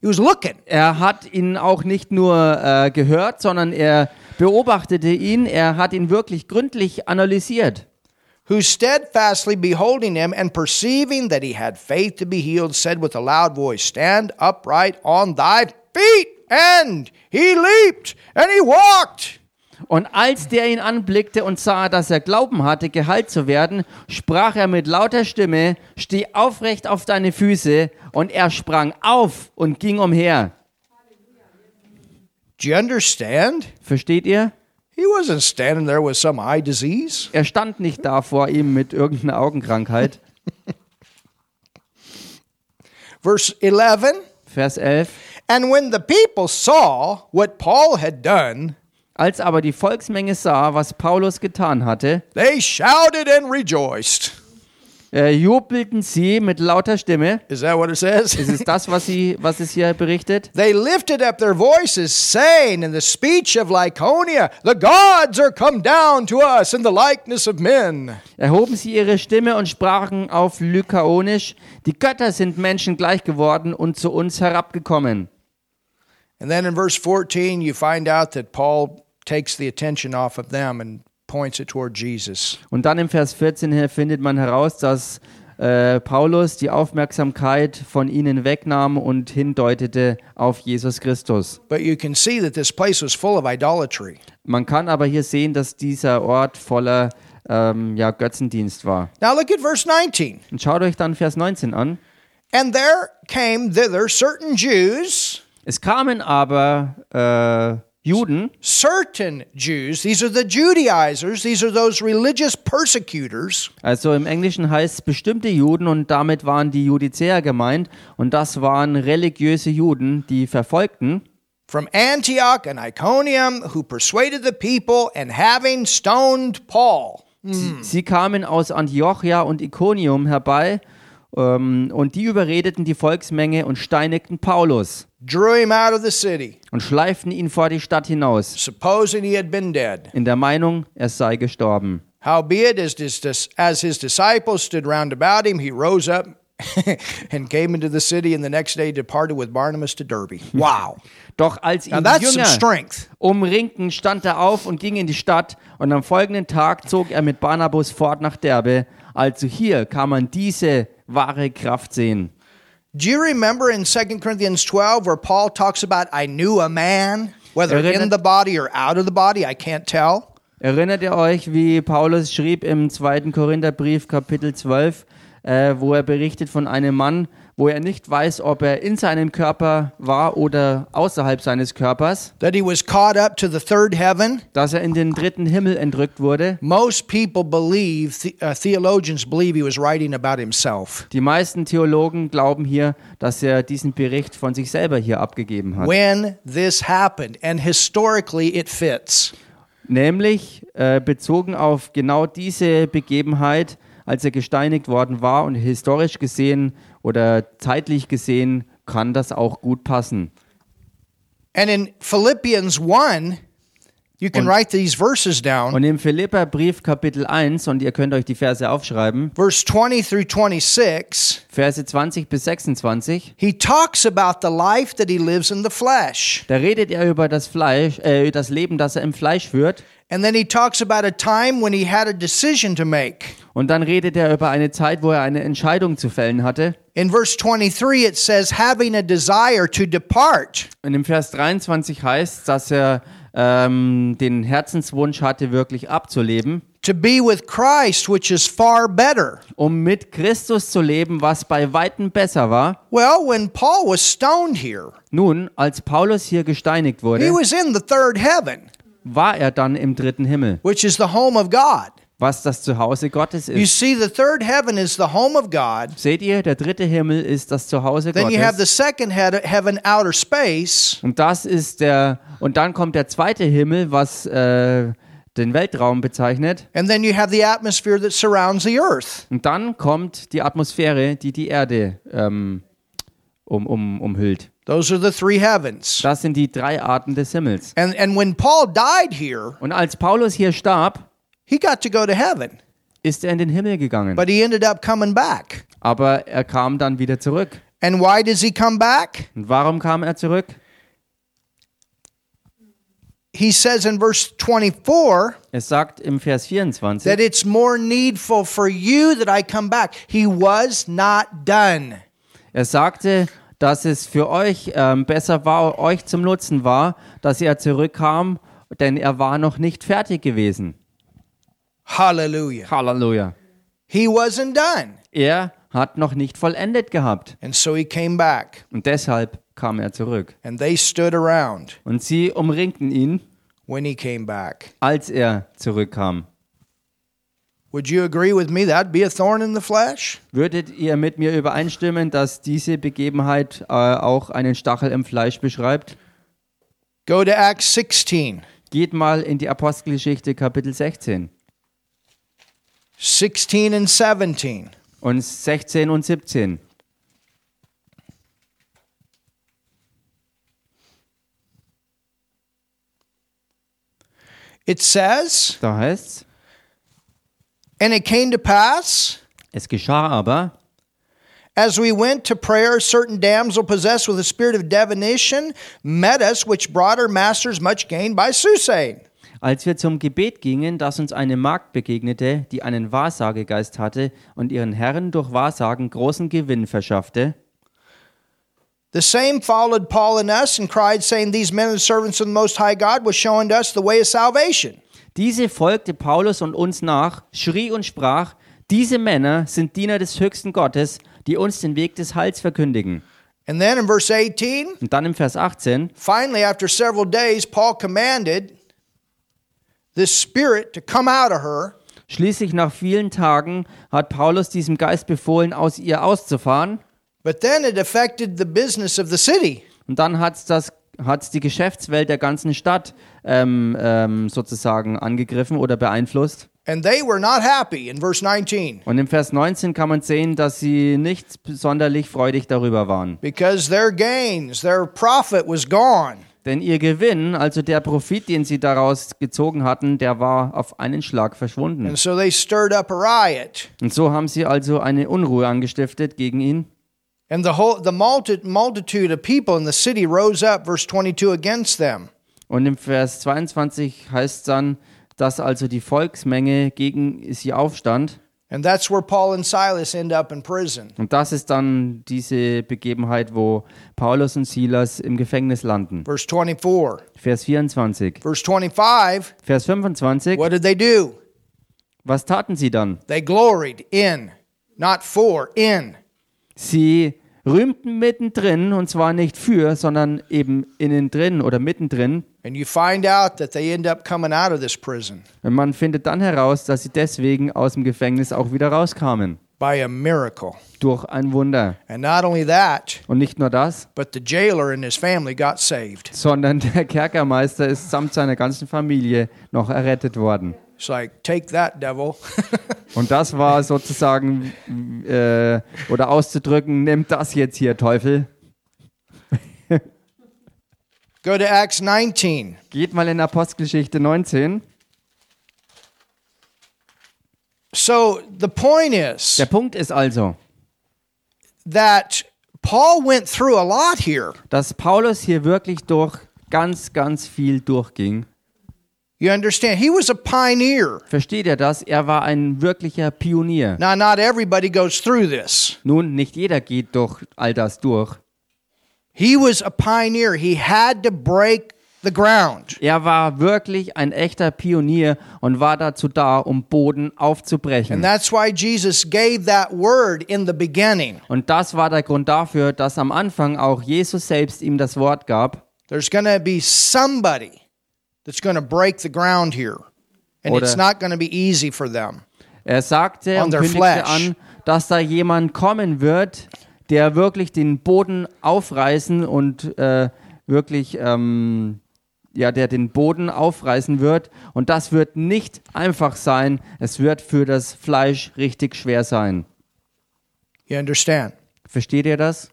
[SPEAKER 1] He was looking.
[SPEAKER 2] er hat ihn auch nicht nur äh, gehört, sondern er beobachtete ihn, er hat ihn wirklich gründlich analysiert.
[SPEAKER 1] Who steadfastly beholding him and perceiving that he had faith to be healed, said with a loud voice, Stand upright on thy feet. And he leaped and he walked.
[SPEAKER 2] Und als der ihn anblickte und sah, dass er Glauben hatte, geheilt zu werden, sprach er mit lauter Stimme, steh aufrecht auf deine Füße, und er sprang auf und ging umher.
[SPEAKER 1] Do you understand?
[SPEAKER 2] Versteht ihr?
[SPEAKER 1] He wasn't standing there with some eye disease.
[SPEAKER 2] Er stand nicht da vor ihm mit irgendeiner Augenkrankheit.
[SPEAKER 1] Verse 11
[SPEAKER 2] Vers 11.
[SPEAKER 1] And when the people saw what Paul had done,
[SPEAKER 2] Als aber die Volksmenge sah, was Paulus getan hatte,
[SPEAKER 1] they shouted and rejoiced.
[SPEAKER 2] äh, jubelten sie mit lauter Stimme.
[SPEAKER 1] Is that what it says?
[SPEAKER 2] Das ist das, was, sie, was es hier berichtet.
[SPEAKER 1] they lifted up their voices, saying in the speech of Lycaonia, The gods are come down to us in the likeness of men.
[SPEAKER 2] erhoben sie ihre Stimme und sprachen auf Lykaonisch, die Götter sind Menschen gleich geworden und zu uns herabgekommen.
[SPEAKER 1] And then in verse 14, you find out that Paul takes the attention off of them and points it toward Jesus.
[SPEAKER 2] Und dann im Vers 14 her findet man heraus, dass äh, Paulus die Aufmerksamkeit von ihnen wegnahm und hindeutete auf Jesus Christus.
[SPEAKER 1] But you can see that this place was full of idolatry.
[SPEAKER 2] Man kann aber hier sehen, dass dieser Ort voller ähm, ja, Götzendienst war.
[SPEAKER 1] Now look at verse 19.
[SPEAKER 2] Und schaut euch dann Vers 19 an.
[SPEAKER 1] And there came thither certain Jews,
[SPEAKER 2] Es kamen aber äh, Juden,
[SPEAKER 1] certain Jews, these are the Judaizers, these are those religious persecutors,
[SPEAKER 2] Also im Englischen heißt es bestimmte Juden und damit waren die Judizäer gemeint und das waren religiöse Juden, die verfolgten.
[SPEAKER 1] from Antioch and Iconium, who persuaded the people and having stoned Paul. Hm.
[SPEAKER 2] Sie kamen aus Antiochia und Iconium herbei ähm, und die überredeten die Volksmenge und steinigten Paulus
[SPEAKER 1] Drew him out of the city,
[SPEAKER 2] und schleiften ihn vor die Stadt hinaus,
[SPEAKER 1] supposing he had been dead.
[SPEAKER 2] in der Meinung, er sei gestorben.
[SPEAKER 1] Howbeit, as his, dis- as his disciples stood round about him, he rose up *laughs* and came into the city, and the next day departed with Barnabas to Derbe. Wow.
[SPEAKER 2] Doch als ihn
[SPEAKER 1] Now
[SPEAKER 2] die
[SPEAKER 1] that's some
[SPEAKER 2] Jünger
[SPEAKER 1] strength.
[SPEAKER 2] umringten, Um stand er auf und ging in die Stadt und am folgenden Tag zog er mit Barnabas fort nach Derbe. Also hier kann man diese wahre Kraft sehen.
[SPEAKER 1] Do you remember in 2 Corinthians 12 where Paul talks about, I knew a man, whether
[SPEAKER 2] Erinnert-
[SPEAKER 1] in the body or out of the body, I can't tell?
[SPEAKER 2] Erinnert ihr euch, wie Paulus schrieb im 2. Korintherbrief, Kapitel 12, äh, wo er berichtet von einem Mann, wo er nicht weiß, ob er in seinem Körper war oder außerhalb seines Körpers,
[SPEAKER 1] That he was caught up to the third heaven?
[SPEAKER 2] dass er in den dritten Himmel entrückt wurde? Most
[SPEAKER 1] People believe, the, uh, theologians believe he was writing about himself.
[SPEAKER 2] die meisten Theologen glauben hier, dass er diesen Bericht von sich selber hier abgegeben hat.
[SPEAKER 1] When this happened, and historically it fits.
[SPEAKER 2] Nämlich äh, bezogen auf genau diese Begebenheit, als er gesteinigt worden war und historisch gesehen oder zeitlich gesehen kann das auch gut passen.
[SPEAKER 1] And in Philippians 1, you can write these verses down.
[SPEAKER 2] Und im Philipperbrief Kapitel 1, und ihr könnt euch die Verse aufschreiben,
[SPEAKER 1] Verse 20 through 26,
[SPEAKER 2] Verse 20 bis 26,
[SPEAKER 1] he talks about the life that he lives in the flesh.
[SPEAKER 2] da redet er über das Fleisch, äh, das Leben, das er im Fleisch führt.
[SPEAKER 1] And then he talks about a time when he had a decision to make.
[SPEAKER 2] Und dann redet er über eine Zeit, wo er eine Entscheidung zu fällen hatte.
[SPEAKER 1] In verse 23, it says, having a desire to depart.
[SPEAKER 2] Und im Vers 23 heißt, dass er ähm, den Herzenswunsch hatte, wirklich abzuleben,
[SPEAKER 1] To be with Christ, which is far better.
[SPEAKER 2] um mit Christus zu leben, was bei weitem besser war.
[SPEAKER 1] Well, when Paul was stoned here,
[SPEAKER 2] Nun, als Paulus hier gesteinigt
[SPEAKER 1] he
[SPEAKER 2] wurde,
[SPEAKER 1] was in the third heaven,
[SPEAKER 2] war er dann im dritten Himmel,
[SPEAKER 1] which is the home of God.
[SPEAKER 2] was das Zuhause Gottes
[SPEAKER 1] You
[SPEAKER 2] ist.
[SPEAKER 1] see, the third heaven is the home of God.
[SPEAKER 2] Seht ihr, der dritte Himmel ist das Zuhause
[SPEAKER 1] Then you have
[SPEAKER 2] Gottes.
[SPEAKER 1] the second head- heaven, outer space.
[SPEAKER 2] Und das ist der und dann kommt der zweite Himmel, was äh, den Weltraum bezeichnet.
[SPEAKER 1] And then you have the atmosphere that surrounds the earth.
[SPEAKER 2] Und dann kommt die Atmosphäre, die die Erde ähm, um, um, umhüllt.
[SPEAKER 1] Those are the three heavens.
[SPEAKER 2] Das sind die drei Arten des Himmels.
[SPEAKER 1] And, and when Paul died here,
[SPEAKER 2] Und als Paulus hier starb,
[SPEAKER 1] he got to go to heaven,
[SPEAKER 2] ist er in den Himmel gegangen.
[SPEAKER 1] but he ended up coming back.
[SPEAKER 2] Aber er kam dann wieder zurück.
[SPEAKER 1] And why does he come back?
[SPEAKER 2] Und warum kam er zurück?
[SPEAKER 1] He says in verse 24
[SPEAKER 2] Es sagt im Vers 24,
[SPEAKER 1] that it's more needful for you that I come back. He was not done.
[SPEAKER 2] er sagte, dass es für euch ähm, besser war, euch zum Nutzen war, dass er zurückkam, denn er war noch nicht fertig gewesen.
[SPEAKER 1] Hallelujah.
[SPEAKER 2] Halleluja.
[SPEAKER 1] He wasn't done.
[SPEAKER 2] Er hat noch nicht vollendet gehabt.
[SPEAKER 1] And so he came back,
[SPEAKER 2] Und deshalb kam er zurück.
[SPEAKER 1] and they stood around
[SPEAKER 2] Und sie umringten ihn,
[SPEAKER 1] when he came back.
[SPEAKER 2] als er zurückkam.
[SPEAKER 1] Would you agree with me? That'd be a thorn in the flesh.
[SPEAKER 2] Würdet ihr mit mir übereinstimmen, dass diese Begebenheit äh, auch einen Stachel im Fleisch beschreibt?
[SPEAKER 1] Go to Acts 16,
[SPEAKER 2] Geht mal in die Apostelgeschichte Kapitel 16
[SPEAKER 1] 16 and 17.
[SPEAKER 2] und 16 und 17.
[SPEAKER 1] It says,
[SPEAKER 2] Da heißt's,
[SPEAKER 1] And it came to pass,
[SPEAKER 2] es geschah aber,
[SPEAKER 1] as we went to prayer, a certain damsel possessed with a spirit of divination met us, which brought her masters much gain by soothsaying.
[SPEAKER 2] als wir zum Gebet gingen, dass uns eine Magd begegnete, die einen Wahrsagegeist hatte und ihren Herren durch Wahrsagen großen Gewinn verschaffte.
[SPEAKER 1] The same followed Paul and us and cried, saying, These men are servants of the Most High God, was showing to us the way of salvation.
[SPEAKER 2] Diese folgte Paulus und uns nach, schrie und sprach, diese Männer sind Diener des höchsten Gottes, die uns den Weg des Heils verkündigen.
[SPEAKER 1] And then in verse 18,
[SPEAKER 2] Und dann im Vers 18,
[SPEAKER 1] finally, after several days, Paul commanded this spirit to come out of her,
[SPEAKER 2] schließlich nach vielen Tagen hat Paulus diesem Geist befohlen, aus ihr auszufahren.
[SPEAKER 1] but then it affected the business of the city.
[SPEAKER 2] Und dann hat es hat's die Geschäftswelt der ganzen Stadt ähm, ähm, sozusagen angegriffen oder beeinflusst.
[SPEAKER 1] And they were not happy in verse 19.
[SPEAKER 2] Und im Vers 19 kann man sehen, dass sie nicht sonderlich freudig darüber waren.
[SPEAKER 1] because their gains, their profit was gone.
[SPEAKER 2] Denn ihr Gewinn, also der Profit, den sie daraus gezogen hatten, der war auf einen Schlag verschwunden.
[SPEAKER 1] And so they stirred up a riot.
[SPEAKER 2] Und so haben sie also eine Unruhe angestiftet gegen ihn.
[SPEAKER 1] And the whole the multi, multitude of people in the city rose up, verse 22, against them.
[SPEAKER 2] Und im Vers 22 heißt dann, dass also die Volksmenge gegen sie aufstand.
[SPEAKER 1] And that's where Paul and Silas end up in prison.
[SPEAKER 2] Und das ist dann diese Begebenheit, wo Paulus und Silas im Gefängnis landen.
[SPEAKER 1] Verse 24.
[SPEAKER 2] Vers 24.
[SPEAKER 1] Verse 25,
[SPEAKER 2] Vers 25.
[SPEAKER 1] what did they do?
[SPEAKER 2] Was taten sie dann?
[SPEAKER 1] They gloried in, not for, in.
[SPEAKER 2] Sie rühmten mittendrin, und zwar nicht für, sondern eben innen drin oder mittendrin.
[SPEAKER 1] And you find out that they end up coming out of this prison
[SPEAKER 2] Und man findet dann heraus, dass sie deswegen aus dem Gefängnis auch wieder rauskamen.
[SPEAKER 1] by a miracle.
[SPEAKER 2] Durch ein Wunder.
[SPEAKER 1] And not only that,
[SPEAKER 2] Und nicht nur das,
[SPEAKER 1] but the jailer and his family got saved.
[SPEAKER 2] sondern der Kerkermeister ist samt seiner ganzen Familie noch errettet worden.
[SPEAKER 1] It's like, take that, devil. *laughs*
[SPEAKER 2] Und das war sozusagen, äh, oder auszudrücken, nimm das jetzt hier, Teufel.
[SPEAKER 1] Go to Acts 19.
[SPEAKER 2] Geht mal in Apostelgeschichte 19.
[SPEAKER 1] So the point is
[SPEAKER 2] Der Punkt ist also,
[SPEAKER 1] that Paul went through a lot here.
[SPEAKER 2] dass Paulus hier wirklich durch ganz, ganz viel durchging.
[SPEAKER 1] You understand? He was a pioneer.
[SPEAKER 2] Versteht ihr das? Er war ein wirklicher Pionier.
[SPEAKER 1] Now, not everybody goes through this.
[SPEAKER 2] Nun, nicht jeder geht durch all das durch.
[SPEAKER 1] He was a pioneer. He had to break the ground.
[SPEAKER 2] Er war wirklich ein echter Pionier und war dazu da, um Boden
[SPEAKER 1] And
[SPEAKER 2] aufzubrechen.
[SPEAKER 1] that's why Jesus gave that word in the beginning.
[SPEAKER 2] Und das war der Grund dafür, dass am Anfang auch Jesus selbst ihm das Wort gab.
[SPEAKER 1] There's going to be somebody that's going to break the ground here. And it's
[SPEAKER 2] Oder-
[SPEAKER 1] not going to be easy for them.
[SPEAKER 2] Er sagte
[SPEAKER 1] On
[SPEAKER 2] und
[SPEAKER 1] their
[SPEAKER 2] kündigte
[SPEAKER 1] flesh.
[SPEAKER 2] an, dass da jemand kommen wird, der wirklich den Boden aufreißen und äh, wirklich, ähm, ja, der den Boden aufreißen wird. Und das wird nicht einfach sein. Es wird für das Fleisch richtig schwer sein.
[SPEAKER 1] You understand?
[SPEAKER 2] Versteht ihr das?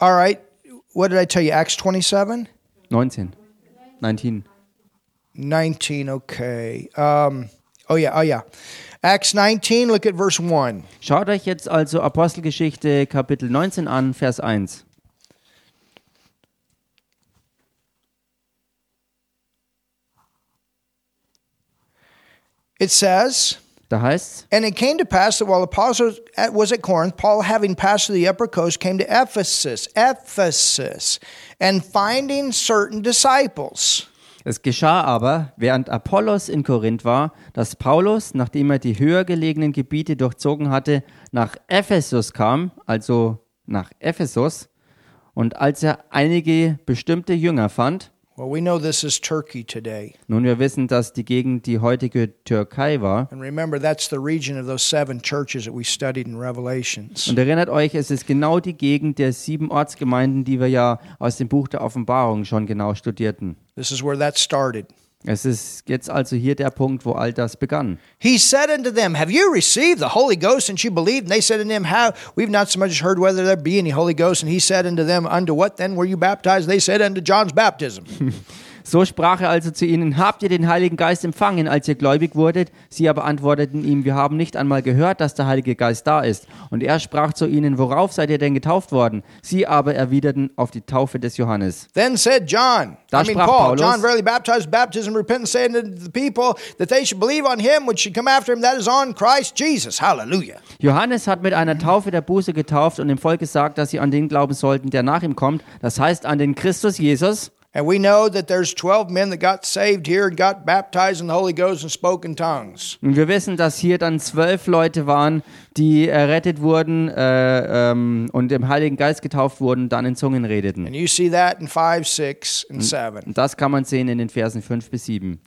[SPEAKER 1] All right. What did I tell you? Acts 27?
[SPEAKER 2] 19. 19.
[SPEAKER 1] 19. Okay. Um, oh, yeah. Oh, yeah. Acts 19, look at verse 1.
[SPEAKER 2] Schaut euch jetzt also Apostelgeschichte Kapitel 19 an, Vers 1.
[SPEAKER 1] It says,
[SPEAKER 2] Da heißt's,
[SPEAKER 1] And it came to pass that while Apollos was at Corinth, Paul, having passed through the upper coast, came to Ephesus, Ephesus, and finding certain disciples.
[SPEAKER 2] Es geschah aber, während Apollos in Korinth war, dass Paulus, nachdem er die höher gelegenen Gebiete durchzogen hatte, nach Ephesus kam, also nach Ephesus, und als er einige bestimmte Jünger fand,
[SPEAKER 1] Well, we know this is Turkey today.
[SPEAKER 2] nun wir wissen, dass die Gegend die heutige Türkei war,
[SPEAKER 1] And remember, that's the region of those seven churches that we studied in Revelations.
[SPEAKER 2] und erinnert euch, es ist genau die Gegend der sieben Ortsgemeinden, die wir ja aus dem Buch der Offenbarung schon genau studierten.
[SPEAKER 1] This is where that started.
[SPEAKER 2] Es ist jetzt also hier der Punkt, wo all das begann.
[SPEAKER 1] He said unto them, Have you received the Holy Ghost since you believed? And they said unto him, How? We've not so much as heard whether there be any Holy Ghost. And he said unto them, Unto what then were you baptized? They said, Unto John's baptism.
[SPEAKER 2] So sprach er also zu ihnen, habt ihr den Heiligen Geist empfangen, als ihr gläubig wurdet? Sie aber antworteten ihm, wir haben nicht einmal gehört, dass der Heilige Geist da ist. Und er sprach zu ihnen, worauf seid ihr denn getauft worden? Sie aber erwiderten, auf die Taufe des Johannes.
[SPEAKER 1] Then said John,
[SPEAKER 2] Da
[SPEAKER 1] I mean
[SPEAKER 2] sprach
[SPEAKER 1] Paul,
[SPEAKER 2] Paulus.
[SPEAKER 1] John verily baptized baptism, repentance, saying to the people that they should believe on him which should come after him, that is on Christ Jesus. Hallelujah.
[SPEAKER 2] Johannes hat mit einer Taufe der Buße getauft und dem Volk gesagt, dass sie an den glauben sollten, der nach ihm kommt, das heißt an den Christus Jesus.
[SPEAKER 1] And we know that there's 12 men that got saved here and got baptized in the Holy Ghost and spoke in tongues.
[SPEAKER 2] Und wir wissen, dass hier dann zwölf Leute waren, die errettet wurden äh, ähm, und im Heiligen Geist getauft wurden und dann in Zungen redeten.
[SPEAKER 1] And you see that in 5, 6, and 7.
[SPEAKER 2] Und das kann man sehen in den Versen 5 bis 7.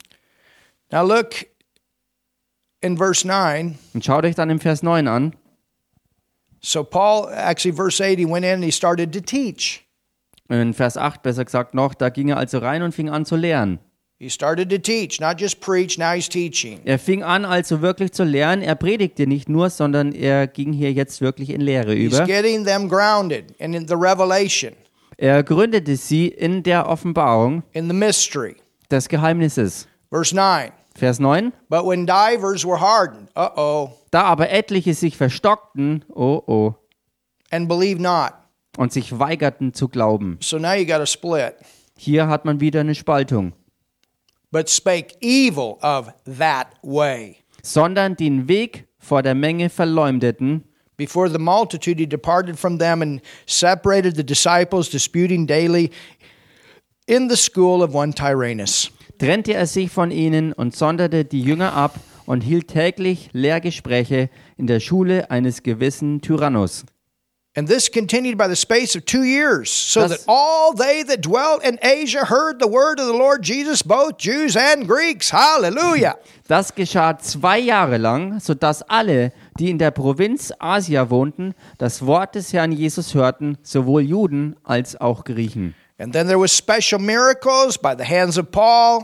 [SPEAKER 1] Now look in verse 9.
[SPEAKER 2] Und schaut euch dann im Vers 9 an.
[SPEAKER 1] So Paul, actually verse 8, he went in and he started to teach.
[SPEAKER 2] In Vers 8 besser gesagt noch, da ging er also rein und fing an zu lehren.
[SPEAKER 1] He started to teach, not just preach, now he's teaching.
[SPEAKER 2] Er fing an also wirklich zu lehren. Er predigte nicht nur, sondern er ging hier jetzt wirklich in Lehre
[SPEAKER 1] He's
[SPEAKER 2] über.
[SPEAKER 1] getting them grounded and in the revelation.
[SPEAKER 2] Er gründete sie in der Offenbarung
[SPEAKER 1] in the mystery.
[SPEAKER 2] des Geheimnisses.
[SPEAKER 1] Verse 9.
[SPEAKER 2] Vers 9.
[SPEAKER 1] But when divers were hardened, uh oh,
[SPEAKER 2] Da aber etliche sich verstockten, oh oh,
[SPEAKER 1] and believed not.
[SPEAKER 2] und sich weigerten zu glauben.
[SPEAKER 1] So now you got a split.
[SPEAKER 2] Hier hat man wieder eine Spaltung.
[SPEAKER 1] But spake evil of that way.
[SPEAKER 2] Sondern den Weg vor der Menge verleumdeten
[SPEAKER 1] Before the multitude, he departed from them and separated the disciples, disputing daily in the school of one Tyrannus.
[SPEAKER 2] trennte er sich von ihnen und sonderte die Jünger ab und hielt täglich Lehrgespräche in der Schule eines gewissen Tyrannus.
[SPEAKER 1] And this continued by the space of two years, so
[SPEAKER 2] That's-
[SPEAKER 1] that all they that dwelt in Asia heard the word of the Lord Jesus, both Jews and Greeks. Hallelujah.
[SPEAKER 2] Das geschah zwei Jahre lang, sodass alle, die in der Provinz Asia wohnten, das Wort des Herrn Jesus hörten, sowohl Juden als auch Griechen.
[SPEAKER 1] And then there was special miracles by the hands of Paul.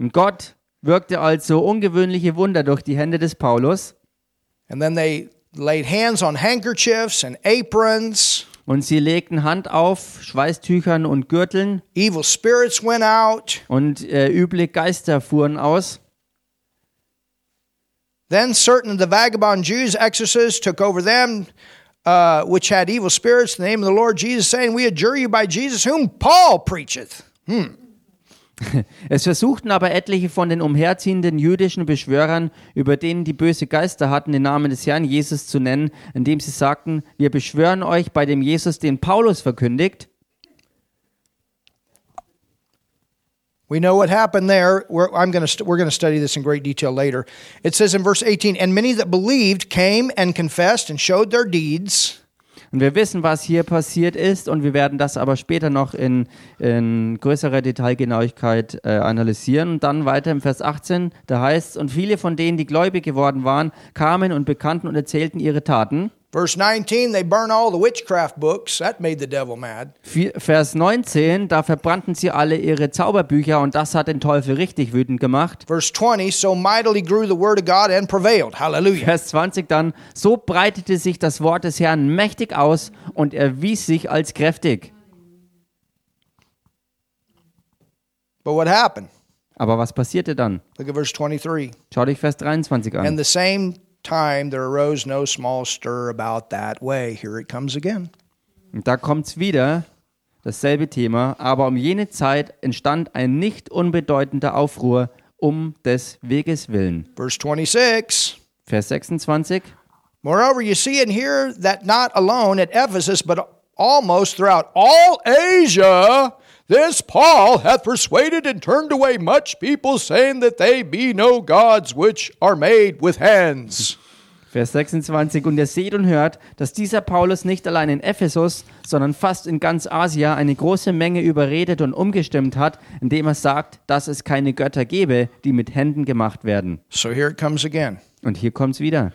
[SPEAKER 2] Und Gott wirkte also ungewöhnliche Wunder durch die Hände des Paulus,
[SPEAKER 1] And then they laid hands on handkerchiefs and aprons.
[SPEAKER 2] und sie legten Hand auf Schweißtüchern und Gürteln,
[SPEAKER 1] Evil spirits went out.
[SPEAKER 2] und äh, üble Geister fuhren aus.
[SPEAKER 1] Then certain of the vagabond Jews, exorcists, took over them, uh, which had evil spirits, in the name of the Lord Jesus, saying, We adjure you by Jesus, whom Paul preacheth.
[SPEAKER 2] Es versuchten aber etliche von den umherziehenden jüdischen Beschwörern, über denen die böse Geister hatten, den Namen des Herrn Jesus zu nennen, indem sie sagten, wir beschwören euch bei dem Jesus, den Paulus verkündigt.
[SPEAKER 1] We know what happened there. We're, I'm gonna st- we're going to study this in great detail later. It says in verse 18, And many that believed came and confessed and showed their deeds.
[SPEAKER 2] Und wir wissen, was hier passiert ist und wir werden das aber später noch in, in größerer Detailgenauigkeit äh, analysieren. Und dann weiter im Vers 18, da heißt es, und viele von denen, die gläubig geworden waren, kamen und bekannten und erzählten ihre Taten.
[SPEAKER 1] Verse 19, they burn all the witchcraft books. That made the devil mad.
[SPEAKER 2] Vi- Vers 19, da verbrannten sie alle ihre Zauberbücher und das hat den Teufel richtig wütend gemacht.
[SPEAKER 1] Verse 20, so mightily grew the word of God and prevailed. Hallelujah.
[SPEAKER 2] Vers 20 dann, so breitete sich das Wort des Herrn mächtig aus und erwies sich als kräftig.
[SPEAKER 1] But what happened?
[SPEAKER 2] Aber was passierte dann?
[SPEAKER 1] Look at verse 23.
[SPEAKER 2] Schau dich Vers 23
[SPEAKER 1] And
[SPEAKER 2] an.
[SPEAKER 1] the same time there arose no small stir about that way. Here it comes again.
[SPEAKER 2] Und da kommt's wieder, dasselbe Thema, aber um jene Zeit entstand ein nicht unbedeutender Aufruhr um des Weges willen.
[SPEAKER 1] Verse 26.
[SPEAKER 2] Vers 26.
[SPEAKER 1] Moreover, you see and hear that not alone at Ephesus, but almost throughout all Asia, this Paul hath persuaded and turned away much people, saying that they be no gods which are made with hands.
[SPEAKER 2] Vers 26. Und ihr seht und hört, dass dieser Paulus nicht allein in Ephesus, sondern fast in ganz Asia eine große Menge überredet und umgestimmt hat, indem er sagt, dass es keine Götter gebe, die mit Händen gemacht werden.
[SPEAKER 1] So here it comes again.
[SPEAKER 2] Und hier kommt's wieder.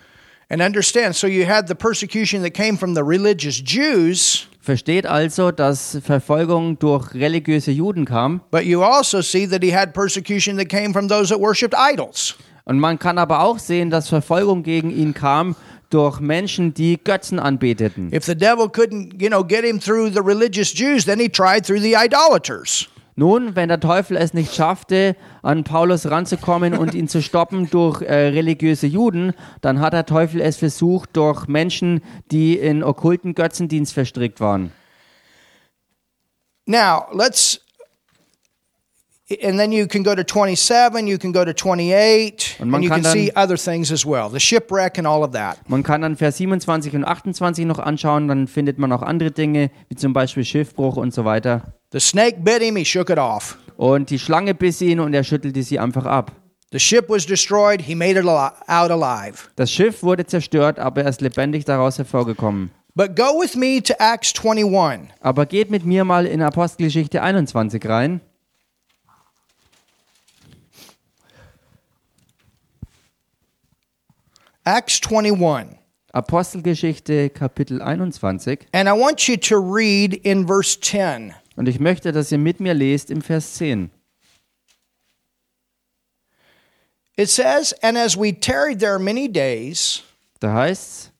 [SPEAKER 1] And understand, so you had the persecution that came from the religious Jews,
[SPEAKER 2] Versteht also, dass Verfolgung durch religiöse Juden kam.
[SPEAKER 1] but you also see that he had persecution that came from those that worshiped idols.
[SPEAKER 2] Und man kann aber auch sehen, dass Verfolgung gegen ihn kam durch Menschen, die Götzen anbeteten.
[SPEAKER 1] If the devil couldn't, you know, get him through the religious Jews, then he tried through the idolaters.
[SPEAKER 2] Nun, wenn der Teufel es nicht schaffte, an Paulus ranzukommen und ihn zu stoppen durch äh, religiöse Juden, dann hat der Teufel es versucht durch Menschen, die in okkulten Götzendienst verstrickt waren.
[SPEAKER 1] Now, let's, and then you can go to 27, you can go to 28,
[SPEAKER 2] Und man
[SPEAKER 1] and you
[SPEAKER 2] kann
[SPEAKER 1] can see
[SPEAKER 2] dann-
[SPEAKER 1] other things as well the shipwreck and all of that.
[SPEAKER 2] Man kann dann Vers 27 und 28 noch anschauen, dann findet man auch andere Dinge, wie zum Beispiel Schiffbruch und so weiter.
[SPEAKER 1] The snake bit him, he shook it off.
[SPEAKER 2] Und die Schlange biss ihn und er schüttelte sie einfach ab.
[SPEAKER 1] The ship was destroyed, he made it al- out alive.
[SPEAKER 2] Das Schiff wurde zerstört, aber er ist lebendig daraus hervorgekommen.
[SPEAKER 1] But go with me to Acts 21.
[SPEAKER 2] Aber geht mit mir mal in Apostelgeschichte 21 rein.
[SPEAKER 1] Acts 21.
[SPEAKER 2] Apostelgeschichte Kapitel 21
[SPEAKER 1] And I want you to read in verse 10.
[SPEAKER 2] und ich möchte, dass ihr mit mir lest im Vers 10.
[SPEAKER 1] It says, And as we tarried there many days,
[SPEAKER 2] Da heißt's,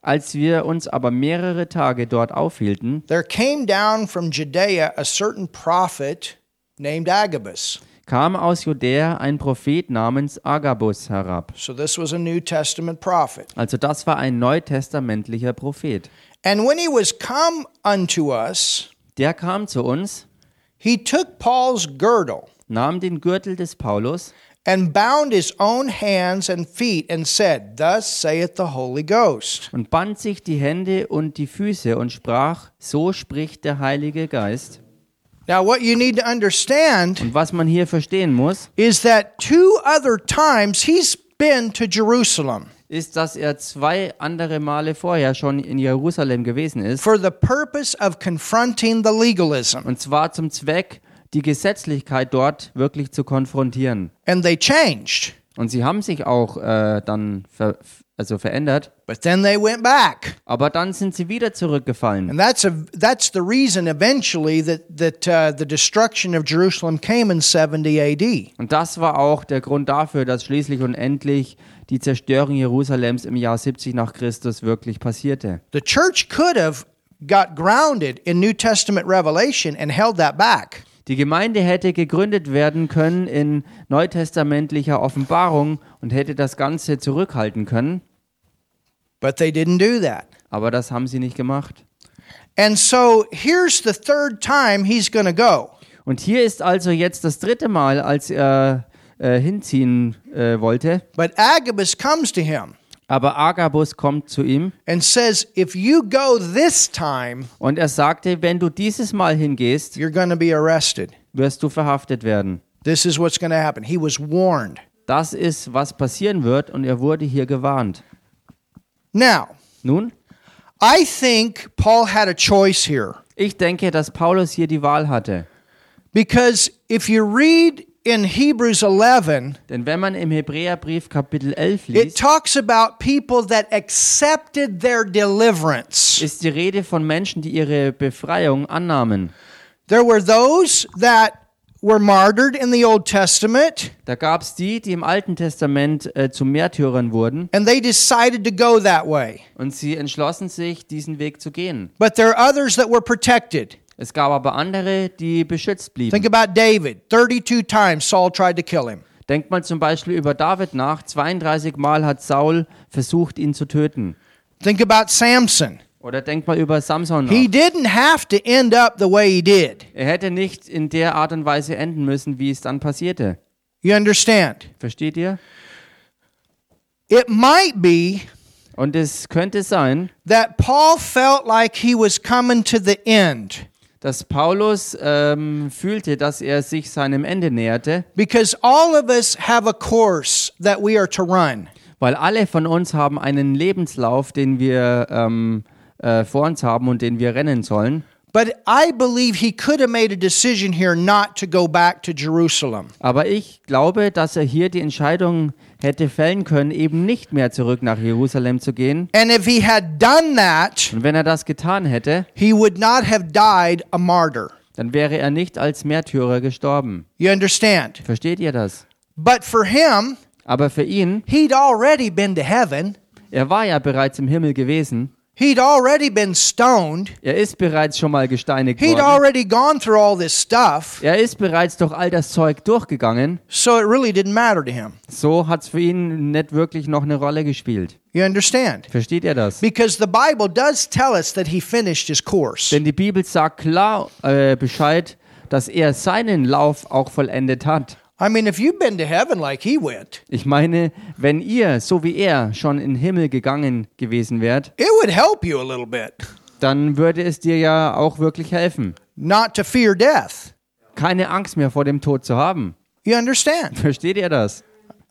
[SPEAKER 2] als wir uns aber mehrere Tage dort aufhielten,
[SPEAKER 1] there came down from Judea a certain prophet named Agabus.
[SPEAKER 2] kam aus Judäa ein Prophet namens Agabus herab.
[SPEAKER 1] So this was a New Testament prophet.
[SPEAKER 2] Also das war ein neutestamentlicher Prophet.
[SPEAKER 1] And when he was come unto us,
[SPEAKER 2] Der kam zu uns,
[SPEAKER 1] he took Paul's girdle
[SPEAKER 2] nahm den Gürtel des Paulus
[SPEAKER 1] and bound his own hands and feet and said, Thus saith the Holy Ghost.
[SPEAKER 2] und band sich die Hände und die Füße und sprach, so spricht der Heilige Geist.
[SPEAKER 1] Now, what you need to understand
[SPEAKER 2] Und was man hier verstehen muss,
[SPEAKER 1] is that two other times he's been to Jerusalem
[SPEAKER 2] ist, dass er zwei andere Male vorher schon in Jerusalem gewesen ist.
[SPEAKER 1] for the purpose of confronting the legalism.
[SPEAKER 2] Und zwar zum Zweck, die Gesetzlichkeit dort wirklich zu konfrontieren.
[SPEAKER 1] And they changed,
[SPEAKER 2] Und sie haben sich auch äh, dann ver also verändert.
[SPEAKER 1] but then they went back.
[SPEAKER 2] Aber dann sind sie wieder zurückgefallen.
[SPEAKER 1] And that's, a, that's the reason eventually that, that uh, the destruction of Jerusalem came in 70 AD.
[SPEAKER 2] Und das war auch der Grund dafür, dass schließlich und endlich die Zerstörung Jerusalems im Jahr 70 nach Christus wirklich passierte.
[SPEAKER 1] The church could have got grounded in New Testament revelation and held that back.
[SPEAKER 2] Die Gemeinde hätte gegründet werden können in neutestamentlicher Offenbarung und hätte das Ganze zurückhalten können.
[SPEAKER 1] But they didn't do that.
[SPEAKER 2] Aber das haben sie nicht gemacht.
[SPEAKER 1] And so here's the third time he's going to go.
[SPEAKER 2] Und hier ist also jetzt das dritte Mal, als er äh, hinziehen äh, wollte.
[SPEAKER 1] But Agabus comes to him
[SPEAKER 2] Aber Agabus kommt zu ihm
[SPEAKER 1] and says, If you go this time,
[SPEAKER 2] und er sagte, wenn du dieses Mal hingehst,
[SPEAKER 1] you're going to be arrested.
[SPEAKER 2] wirst du verhaftet werden.
[SPEAKER 1] This is what's going to happen. He was warned.
[SPEAKER 2] Das ist, was passieren wird und er wurde hier gewarnt.
[SPEAKER 1] Now,
[SPEAKER 2] Nun,
[SPEAKER 1] I think Paul had a choice here
[SPEAKER 2] Ich denke, dass Paulus hier die Wahl hatte.
[SPEAKER 1] because if you read in Hebrews 11,
[SPEAKER 2] Denn wenn man im Hebräerbrief Kapitel 11
[SPEAKER 1] it
[SPEAKER 2] liest,
[SPEAKER 1] talks about people that accepted their deliverance.
[SPEAKER 2] ist die Rede von Menschen, die ihre Befreiung annahmen.
[SPEAKER 1] There were those that were martyred in the Old Testament
[SPEAKER 2] Da gab es die, die im Alten Testament äh, zu Märtyrern wurden
[SPEAKER 1] and they decided to go that way.
[SPEAKER 2] und sie entschlossen sich, diesen Weg zu gehen.
[SPEAKER 1] But there are others that were protected.
[SPEAKER 2] Es gab aber andere, die beschützt
[SPEAKER 1] Think
[SPEAKER 2] blieben.
[SPEAKER 1] about David. 32 times Saul tried to kill him.
[SPEAKER 2] Denkt mal zum Beispiel über David nach. 32 Mal hat Saul versucht, ihn zu töten.
[SPEAKER 1] Think about Samson.
[SPEAKER 2] Oder denkt mal über Samson
[SPEAKER 1] He
[SPEAKER 2] nach.
[SPEAKER 1] didn't have to end up the way he did.
[SPEAKER 2] Er hätte nicht in der Art und Weise enden müssen, wie es dann passierte.
[SPEAKER 1] You understand?
[SPEAKER 2] Versteht ihr?
[SPEAKER 1] It might be
[SPEAKER 2] Und es könnte sein,
[SPEAKER 1] that Paul felt like he was coming to the end
[SPEAKER 2] dass Paulus ähm, fühlte, dass er sich seinem Ende näherte,
[SPEAKER 1] because all of us have a course that we are to run.
[SPEAKER 2] weil alle von uns haben einen Lebenslauf, den wir ähm, äh, vor uns haben und den wir rennen sollen.
[SPEAKER 1] But I believe he could have made a decision here not to go back to Jerusalem.
[SPEAKER 2] Aber ich glaube, dass er hier die Entscheidung hätte fällen können, eben nicht mehr zurück nach Jerusalem zu gehen.
[SPEAKER 1] And if he had done that,
[SPEAKER 2] Und wenn er das getan hätte,
[SPEAKER 1] he would not have died a martyr.
[SPEAKER 2] dann wäre er nicht als Märtyrer gestorben.
[SPEAKER 1] You understand?
[SPEAKER 2] Versteht ihr das?
[SPEAKER 1] But for him,
[SPEAKER 2] Aber für ihn,
[SPEAKER 1] he'd already been to heaven.
[SPEAKER 2] er war ja bereits im Himmel gewesen.
[SPEAKER 1] He'd already been stoned.
[SPEAKER 2] Er ist bereits schon mal gesteinigt
[SPEAKER 1] He'd
[SPEAKER 2] worden.
[SPEAKER 1] already gone through all this stuff.
[SPEAKER 2] Er ist bereits durch all das Zeug durchgegangen.
[SPEAKER 1] So it really didn't matter to him.
[SPEAKER 2] So hat es für ihn nicht wirklich noch eine Rolle gespielt.
[SPEAKER 1] You understand?
[SPEAKER 2] Versteht ihr das?
[SPEAKER 1] Because the Bible does tell us that he finished his course.
[SPEAKER 2] Denn die Bibel sagt klar äh, Bescheid, dass er seinen Lauf auch vollendet hat.
[SPEAKER 1] I mean, if you've been to heaven like he went,
[SPEAKER 2] Ich meine, wenn ihr, so wie er, schon in den Himmel gegangen gewesen wärt,
[SPEAKER 1] it would help you a little bit
[SPEAKER 2] dann würde es dir ja auch wirklich helfen,
[SPEAKER 1] not to fear death.
[SPEAKER 2] keine Angst mehr vor dem Tod zu haben. *laughs*
[SPEAKER 1] You understand?
[SPEAKER 2] Versteht ihr das?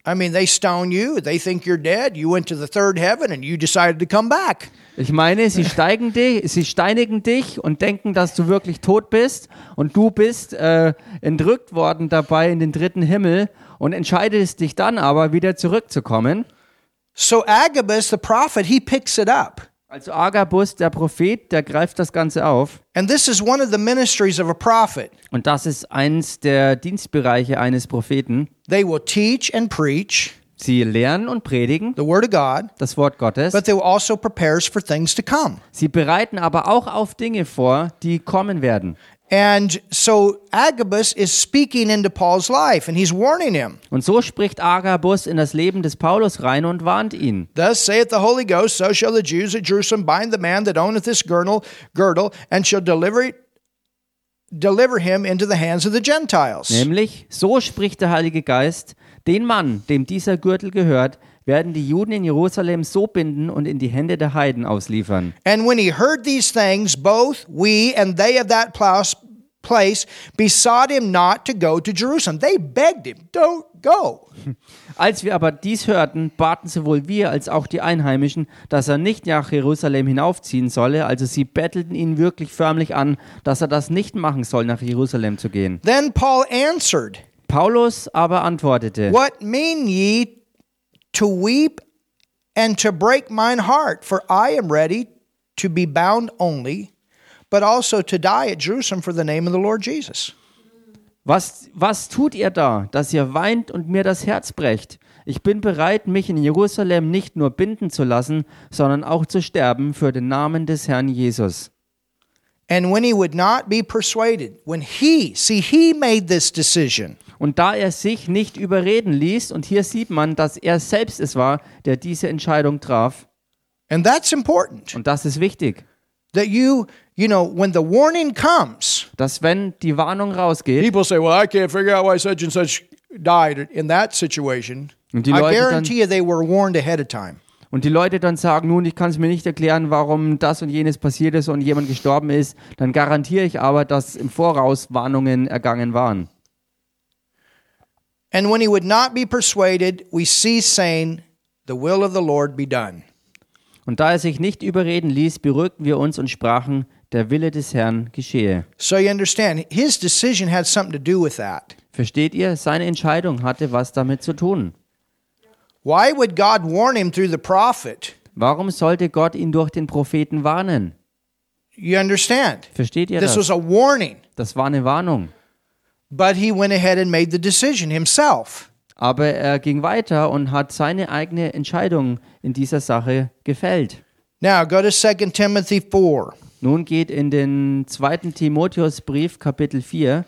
[SPEAKER 1] I mean, they stone you, they think you're dead. You went to the third heaven and you decided to come back.
[SPEAKER 2] Ich meine, sie, steigen dich, sie steinigen dich und denken, dass du wirklich tot bist und du bist äh, entrückt worden dabei in den dritten Himmel und entscheidest dich dann aber wieder zurückzukommen.
[SPEAKER 1] So Agabus, the prophet, he picks it up.
[SPEAKER 2] Also Agabus, der Prophet, der greift das Ganze auf
[SPEAKER 1] And this is one of the ministries of a prophet.
[SPEAKER 2] und das ist eins der Dienstbereiche eines Propheten.
[SPEAKER 1] They will teach and preach
[SPEAKER 2] Sie lernen und predigen
[SPEAKER 1] the word of God,
[SPEAKER 2] das Wort Gottes.
[SPEAKER 1] but they will also prepare us for things to come.
[SPEAKER 2] Sie bereiten aber auch auf Dinge vor, die kommen werden.
[SPEAKER 1] And so Agabus is speaking into Paul's life and he's warning him.
[SPEAKER 2] Und so spricht Agabus in das Leben des Paulus rein und warnt ihn.
[SPEAKER 1] Thus saith the Holy Ghost, so shall the Jews at Jerusalem bind the man that owneth this girdle, girdle and shall deliver it, deliver him into the hands of the Gentiles.
[SPEAKER 2] Nämlich, so spricht der Heilige Geist, den Mann, dem dieser Gürtel gehört, werden die Juden in Jerusalem so binden und in die Hände der Heiden ausliefern.
[SPEAKER 1] And when he heard these things, both we and they of that plaus- place besought him not to go to Jerusalem. They begged him, don't go.
[SPEAKER 2] Als wir aber dies hörten, baten sowohl wir als auch die Einheimischen, dass er nicht nach Jerusalem hinaufziehen solle, also sie bettelten ihn wirklich förmlich an, dass er das nicht machen soll, nach Jerusalem zu gehen.
[SPEAKER 1] Then Paul answered,
[SPEAKER 2] Paulus aber antwortete,
[SPEAKER 1] What mean ye to weep and to break mine heart? For I am ready to be bound only, but also to die at Jerusalem for the name of the Lord Jesus.
[SPEAKER 2] Was, was tut ihr da, dass ihr weint und mir das Herz brecht? Ich bin bereit, mich in Jerusalem nicht nur binden zu lassen, sondern auch zu sterben für den Namen des Herrn Jesus.
[SPEAKER 1] And when he would not be persuaded, when he, see, he made this decision.
[SPEAKER 2] Und da er sich nicht überreden ließ, und hier sieht man, dass er selbst es war, der diese Entscheidung traf,
[SPEAKER 1] And that's important.
[SPEAKER 2] und das ist wichtig,
[SPEAKER 1] That you, you know, when the warning comes,
[SPEAKER 2] dass wenn die Warnung rausgeht,
[SPEAKER 1] people say, well, I can't figure out why such and such died in that situation.
[SPEAKER 2] Und die
[SPEAKER 1] I
[SPEAKER 2] Leute dann-
[SPEAKER 1] guarantee you they were warned ahead of time.
[SPEAKER 2] und die Leute dann sagen, nun, ich kann es mir nicht erklären, warum das und jenes passiert ist und jemand gestorben ist, dann garantiere ich aber, dass im Voraus Warnungen ergangen waren.
[SPEAKER 1] And when he would not be persuaded, we cease saying, The will of the Lord be done.
[SPEAKER 2] Und da er sich nicht überreden ließ, beruhigten wir uns und sprachen, der Wille des Herrn geschehe.
[SPEAKER 1] So you understand, his decision had something to do with that.
[SPEAKER 2] Versteht ihr? Seine Entscheidung hatte was damit zu tun.
[SPEAKER 1] Why would God warn him through the prophet?
[SPEAKER 2] Warum sollte Gott ihn durch den Propheten warnen?
[SPEAKER 1] You understand?
[SPEAKER 2] Versteht ihr
[SPEAKER 1] This was
[SPEAKER 2] das?
[SPEAKER 1] a warning,
[SPEAKER 2] Das war eine Warnung.
[SPEAKER 1] but he went ahead and made the decision himself.
[SPEAKER 2] Aber er ging weiter und hat seine eigene Entscheidung in dieser Sache gefällt.
[SPEAKER 1] Now go to 2 Timothy 4.
[SPEAKER 2] Nun geht in den zweiten Timotheusbrief, Kapitel 4.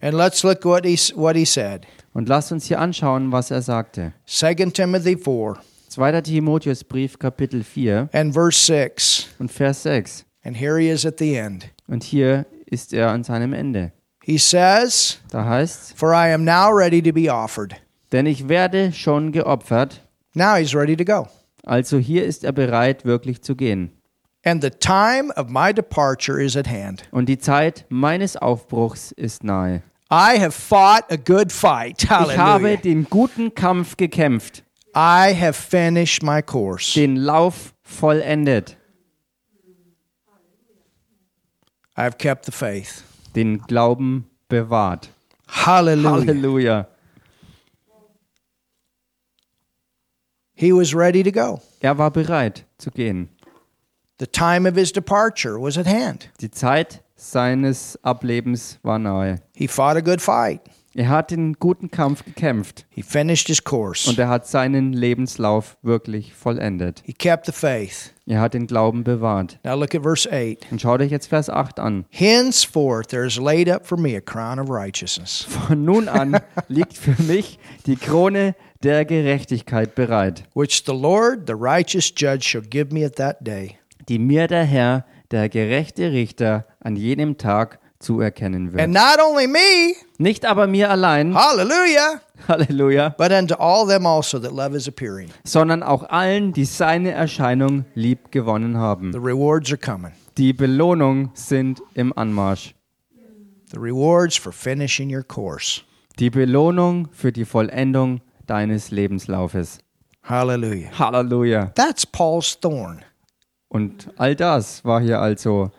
[SPEAKER 1] And let's look what he, what he said.
[SPEAKER 2] Und lasst uns hier anschauen, was er sagte.
[SPEAKER 1] 2 Timothy 4
[SPEAKER 2] 2. Timotheusbrief, Kapitel 4
[SPEAKER 1] and verse 6.
[SPEAKER 2] und Vers 6.
[SPEAKER 1] And here he is at the end.
[SPEAKER 2] Und hier ist er an seinem Ende.
[SPEAKER 1] He says,
[SPEAKER 2] Da heißt
[SPEAKER 1] For I am now ready to be offered.
[SPEAKER 2] denn ich werde schon geopfert.
[SPEAKER 1] Now he's ready to go.
[SPEAKER 2] Also hier ist er bereit, wirklich zu gehen.
[SPEAKER 1] And the time of my departure is at hand.
[SPEAKER 2] Und die Zeit meines Aufbruchs ist nahe.
[SPEAKER 1] I have fought a good fight.
[SPEAKER 2] Ich habe
[SPEAKER 1] Hallelujah.
[SPEAKER 2] den guten Kampf gekämpft,
[SPEAKER 1] I have finished my course.
[SPEAKER 2] den Lauf vollendet,
[SPEAKER 1] I've kept the faith.
[SPEAKER 2] den Glauben bewahrt.
[SPEAKER 1] Hallelujah.
[SPEAKER 2] Halleluja.
[SPEAKER 1] He was ready to go.
[SPEAKER 2] Er war bereit zu gehen.
[SPEAKER 1] The time of his departure was at hand.
[SPEAKER 2] Die Zeit seines Ablebens war nahe.
[SPEAKER 1] He fought a good fight.
[SPEAKER 2] Er hat den guten Kampf gekämpft
[SPEAKER 1] He finished his course.
[SPEAKER 2] und er hat seinen Lebenslauf wirklich vollendet.
[SPEAKER 1] he kept the faith.
[SPEAKER 2] Er hat den Glauben bewahrt.
[SPEAKER 1] Now look at verse 8.
[SPEAKER 2] Und schaut euch jetzt Vers 8 an.
[SPEAKER 1] Henceforth there is laid up for me a crown of righteousness,
[SPEAKER 2] Von nun an liegt für mich die Krone der Gerechtigkeit bereit,
[SPEAKER 1] which the Lord, the righteous judge, shall give me at that day.
[SPEAKER 2] die mir der Herr, der gerechte Richter, an jenem Tag zuerkennen
[SPEAKER 1] And
[SPEAKER 2] wird.
[SPEAKER 1] not only me,
[SPEAKER 2] Nicht aber mir allein,
[SPEAKER 1] hallelujah,
[SPEAKER 2] Halleluja,
[SPEAKER 1] but unto all them also that love is appearing.
[SPEAKER 2] sondern auch allen, die seine Erscheinung lieb gewonnen haben.
[SPEAKER 1] The rewards are coming.
[SPEAKER 2] Die Belohnung sind im Anmarsch.
[SPEAKER 1] The rewards for finishing your course.
[SPEAKER 2] Die Belohnung für die Vollendung deines Lebenslaufes.
[SPEAKER 1] Hallelujah.
[SPEAKER 2] Halleluja.
[SPEAKER 1] That's Paul's thorn.
[SPEAKER 2] Und all das war hier also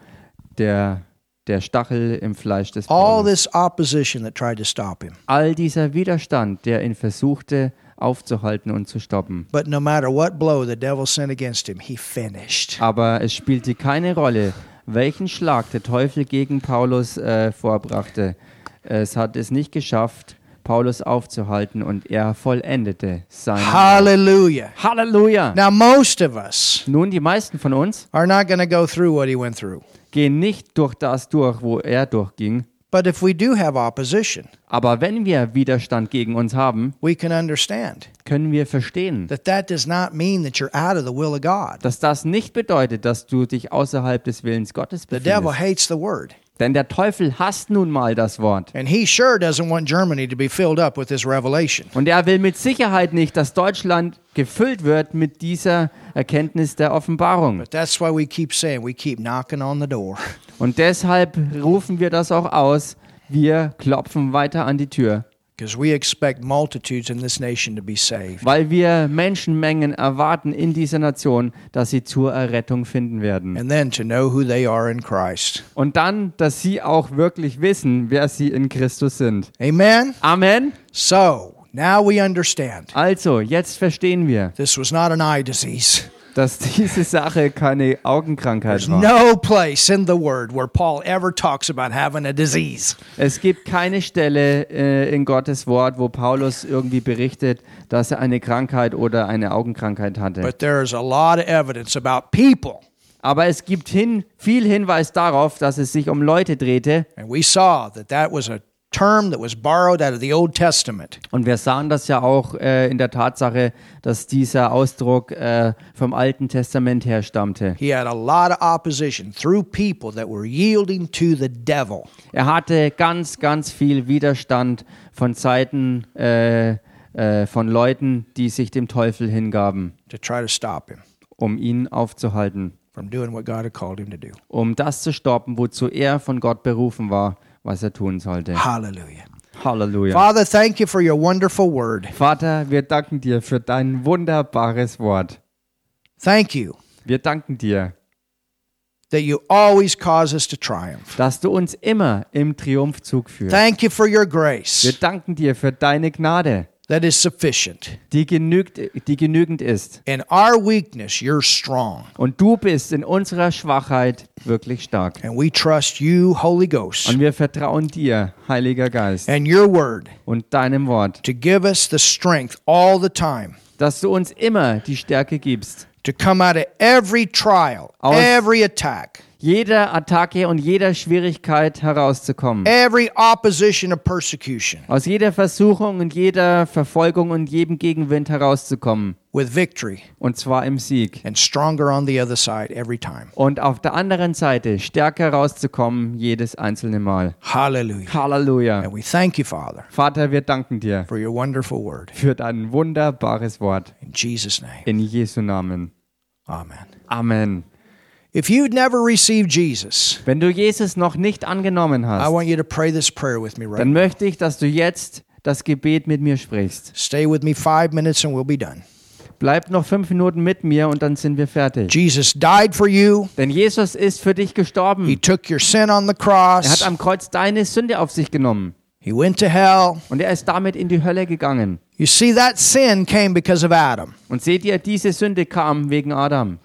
[SPEAKER 2] der, der Stachel im Fleisch des
[SPEAKER 1] All
[SPEAKER 2] Paulus.
[SPEAKER 1] this opposition that tried to stop him.
[SPEAKER 2] All dieser Widerstand, der ihn versuchte aufzuhalten und zu stoppen.
[SPEAKER 1] But no matter what blow the devil sent against him, he finished.
[SPEAKER 2] Aber es spielte keine Rolle, welchen Schlag der Teufel gegen Paulus äh, vorbrachte. Es hat es nicht geschafft, Paulus aufzuhalten und er vollendete sein.
[SPEAKER 1] Hallelujah.
[SPEAKER 2] Halleluja!
[SPEAKER 1] Now, most of us
[SPEAKER 2] Nun, die meisten von uns
[SPEAKER 1] are not going to go through what he went through.
[SPEAKER 2] gehen nicht durch das durch, wo er durchging.
[SPEAKER 1] But if we do have opposition,
[SPEAKER 2] Aber wenn wir Widerstand gegen uns haben,
[SPEAKER 1] we can understand
[SPEAKER 2] können wir verstehen,
[SPEAKER 1] that that does not mean that you're out of the will of God.
[SPEAKER 2] dass das nicht bedeutet, dass du dich außerhalb des Willens Gottes
[SPEAKER 1] The devil
[SPEAKER 2] befindest.
[SPEAKER 1] hates the word,
[SPEAKER 2] Denn der Teufel hasst nun mal das Wort.
[SPEAKER 1] and he sure doesn't want Germany to be filled up with this revelation.
[SPEAKER 2] Und er will mit Sicherheit nicht, dass Deutschland gefüllt wird mit dieser Erkenntnis der Offenbarung.
[SPEAKER 1] But that's why we keep saying we keep knocking on the door. *laughs*
[SPEAKER 2] Und deshalb rufen wir das auch aus. Wir klopfen weiter an die Tür,
[SPEAKER 1] Because we expect multitudes in this nation to be saved.
[SPEAKER 2] weil wir Menschenmengen erwarten in dieser Nation, dass sie zur Errettung finden werden.
[SPEAKER 1] And then to know who they are in Christ.
[SPEAKER 2] Und dann, dass sie auch wirklich wissen, wer sie in Christus sind.
[SPEAKER 1] Amen?
[SPEAKER 2] Amen.
[SPEAKER 1] So, now we understand.
[SPEAKER 2] Also, jetzt verstehen wir,
[SPEAKER 1] This was not an eye disease.
[SPEAKER 2] dass *laughs* diese Sache keine Augenkrankheit
[SPEAKER 1] There's
[SPEAKER 2] war.
[SPEAKER 1] no place in the Word where Paul ever talks about having a disease.
[SPEAKER 2] Es gibt keine Stelle äh, in Gottes Wort, wo Paulus irgendwie berichtet, dass er eine Krankheit oder eine Augenkrankheit hatte.
[SPEAKER 1] But there is a lot of evidence about people.
[SPEAKER 2] Aber es gibt hin, viel Hinweis darauf, dass es sich um Leute drehte.
[SPEAKER 1] And we saw that that was a term that was borrowed out of the Old Testament.
[SPEAKER 2] Und wir sahen das ja auch äh, in der Tatsache, dass dieser Ausdruck äh, vom Alten Testament herstammte.
[SPEAKER 1] He had a lot of opposition through people that were yielding to the devil.
[SPEAKER 2] Er hatte ganz, ganz viel Widerstand von Seiten äh, äh, von Leuten, die sich dem Teufel hingaben,
[SPEAKER 1] to try to stop him
[SPEAKER 2] um ihn aufzuhalten,
[SPEAKER 1] from doing what God had called him to do.
[SPEAKER 2] um das zu stoppen, wozu er von Gott berufen war, was er tun sollte.
[SPEAKER 1] Hallelujah.
[SPEAKER 2] Halleluja.
[SPEAKER 1] Father, thank you for your wonderful word.
[SPEAKER 2] Vater, wir danken dir für dein wunderbares Wort.
[SPEAKER 1] Thank you
[SPEAKER 2] Wir danken dir,
[SPEAKER 1] that you always cause us to triumph.
[SPEAKER 2] dass du uns immer im Triumphzug führst.
[SPEAKER 1] Thank you for your
[SPEAKER 2] Wir
[SPEAKER 1] grace
[SPEAKER 2] danken dir für deine Gnade,
[SPEAKER 1] that is sufficient.
[SPEAKER 2] die, genügt, die genügend ist.
[SPEAKER 1] In our weakness, you're strong.
[SPEAKER 2] Und du bist in unserer Schwachheit wirklich stark.
[SPEAKER 1] And we trust you, Holy Ghost,
[SPEAKER 2] Und wir vertrauen dir, Heiliger Geist,
[SPEAKER 1] and your word
[SPEAKER 2] und deinem Wort,
[SPEAKER 1] to give us the strength all the time
[SPEAKER 2] dass du uns immer die Stärke gibst,
[SPEAKER 1] to come out of every trial,
[SPEAKER 2] Aus-
[SPEAKER 1] every attack,
[SPEAKER 2] jeder Attacke und jeder Schwierigkeit herauszukommen.
[SPEAKER 1] every opposition of persecution
[SPEAKER 2] Aus jeder Versuchung und jeder Verfolgung und jedem Gegenwind herauszukommen.
[SPEAKER 1] with victory
[SPEAKER 2] Und zwar im Sieg.
[SPEAKER 1] and stronger on the other side every time.
[SPEAKER 2] Und auf der anderen Seite stärker rauszukommen, jedes einzelne Mal.
[SPEAKER 1] Hallelujah.
[SPEAKER 2] Halleluja.
[SPEAKER 1] And we thank you, Father,
[SPEAKER 2] Vater, wir danken dir
[SPEAKER 1] for your wonderful word.
[SPEAKER 2] für dein wunderbares Wort.
[SPEAKER 1] In Jesus' name,
[SPEAKER 2] In Jesu Namen.
[SPEAKER 1] amen.
[SPEAKER 2] Amen.
[SPEAKER 1] If you've never received Jesus,
[SPEAKER 2] Wenn du Jesus noch nicht angenommen
[SPEAKER 1] I
[SPEAKER 2] hast,
[SPEAKER 1] want you to pray this prayer with me right
[SPEAKER 2] dann möchte ich, dass du jetzt das Gebet mit mir sprichst.
[SPEAKER 1] Stay with me five minutes and we'll be done.
[SPEAKER 2] Bleib noch fünf Minuten mit mir und dann sind wir fertig.
[SPEAKER 1] Jesus died for you.
[SPEAKER 2] Denn Jesus ist für dich
[SPEAKER 1] He
[SPEAKER 2] gestorben.
[SPEAKER 1] took your sin on the
[SPEAKER 2] Er hat
[SPEAKER 1] cross.
[SPEAKER 2] am Kreuz deine Sünde auf sich genommen.
[SPEAKER 1] He went to hell.
[SPEAKER 2] Und er ist damit in die Hölle gegangen.
[SPEAKER 1] You see, that sin came because of Adam.
[SPEAKER 2] Und seht ihr, diese Sünde kam wegen Adam.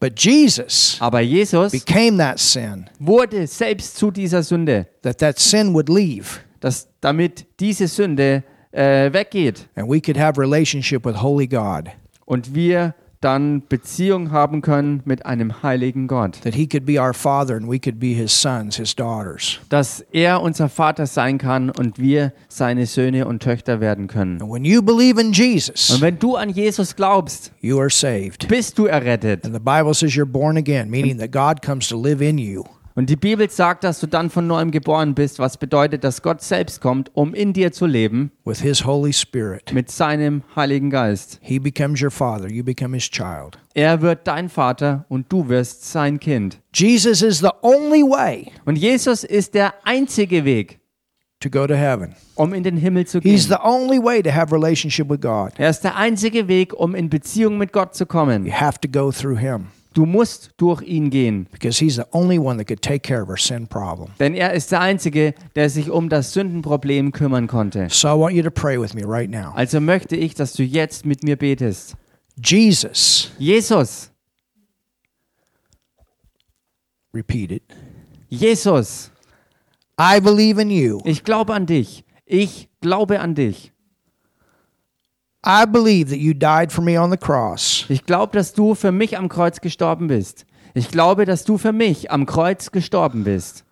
[SPEAKER 1] But Jesus
[SPEAKER 2] Aber Jesus
[SPEAKER 1] became that sin
[SPEAKER 2] wurde selbst zu dieser Sünde,
[SPEAKER 1] that that sin would leave
[SPEAKER 2] dass damit diese Sünde äh, weggeht
[SPEAKER 1] and we could have relationship with holy God,
[SPEAKER 2] und wir dann Beziehung haben können mit einem heiligen Gott.
[SPEAKER 1] that he could be our father and we could be his sons, his daughters.
[SPEAKER 2] Dass er unser Vater sein kann und wir seine Söhne und Töchter werden können.
[SPEAKER 1] And when you believe in
[SPEAKER 2] Und
[SPEAKER 1] Jesus,
[SPEAKER 2] wenn du an Jesus glaubst,
[SPEAKER 1] you are saved.
[SPEAKER 2] bist du errettet.
[SPEAKER 1] And the Bible says you're born again, meaning that God comes to live in you.
[SPEAKER 2] Und die Bibel sagt, dass du dann von neuem geboren bist, was bedeutet, dass Gott selbst kommt, um in dir zu leben
[SPEAKER 1] with his Holy Spirit.
[SPEAKER 2] mit seinem Heiligen Geist.
[SPEAKER 1] He becomes your father, you become his child.
[SPEAKER 2] Er wird dein Vater und du wirst sein Kind.
[SPEAKER 1] Jesus is the only way
[SPEAKER 2] Und Jesus ist der einzige Weg,
[SPEAKER 1] to go to heaven.
[SPEAKER 2] um in den Himmel zu
[SPEAKER 1] He's
[SPEAKER 2] gehen.
[SPEAKER 1] the only way to have relationship with God.
[SPEAKER 2] Er ist der einzige Weg, um in Beziehung mit Gott zu
[SPEAKER 1] You
[SPEAKER 2] kommen.
[SPEAKER 1] have to go through him
[SPEAKER 2] Du musst durch ihn gehen,
[SPEAKER 1] because he's the only one that could take care of our sin problem.
[SPEAKER 2] denn er ist der einzige, der sich um das Sündenproblem kümmern konnte.
[SPEAKER 1] So I want you to pray with me right now.
[SPEAKER 2] Also möchte ich, dass du jetzt mit mir betest.
[SPEAKER 1] Jesus,
[SPEAKER 2] Jesus,
[SPEAKER 1] repeat it.
[SPEAKER 2] Jesus,
[SPEAKER 1] I believe in you.
[SPEAKER 2] ich glaube an dich. Ich glaube an dich.
[SPEAKER 1] I believe that you died for me on the cross.
[SPEAKER 2] Ich glaube, dass du für mich am Kreuz gestorben bist. Ich glaube, dass du für mich am Kreuz gestorben bist.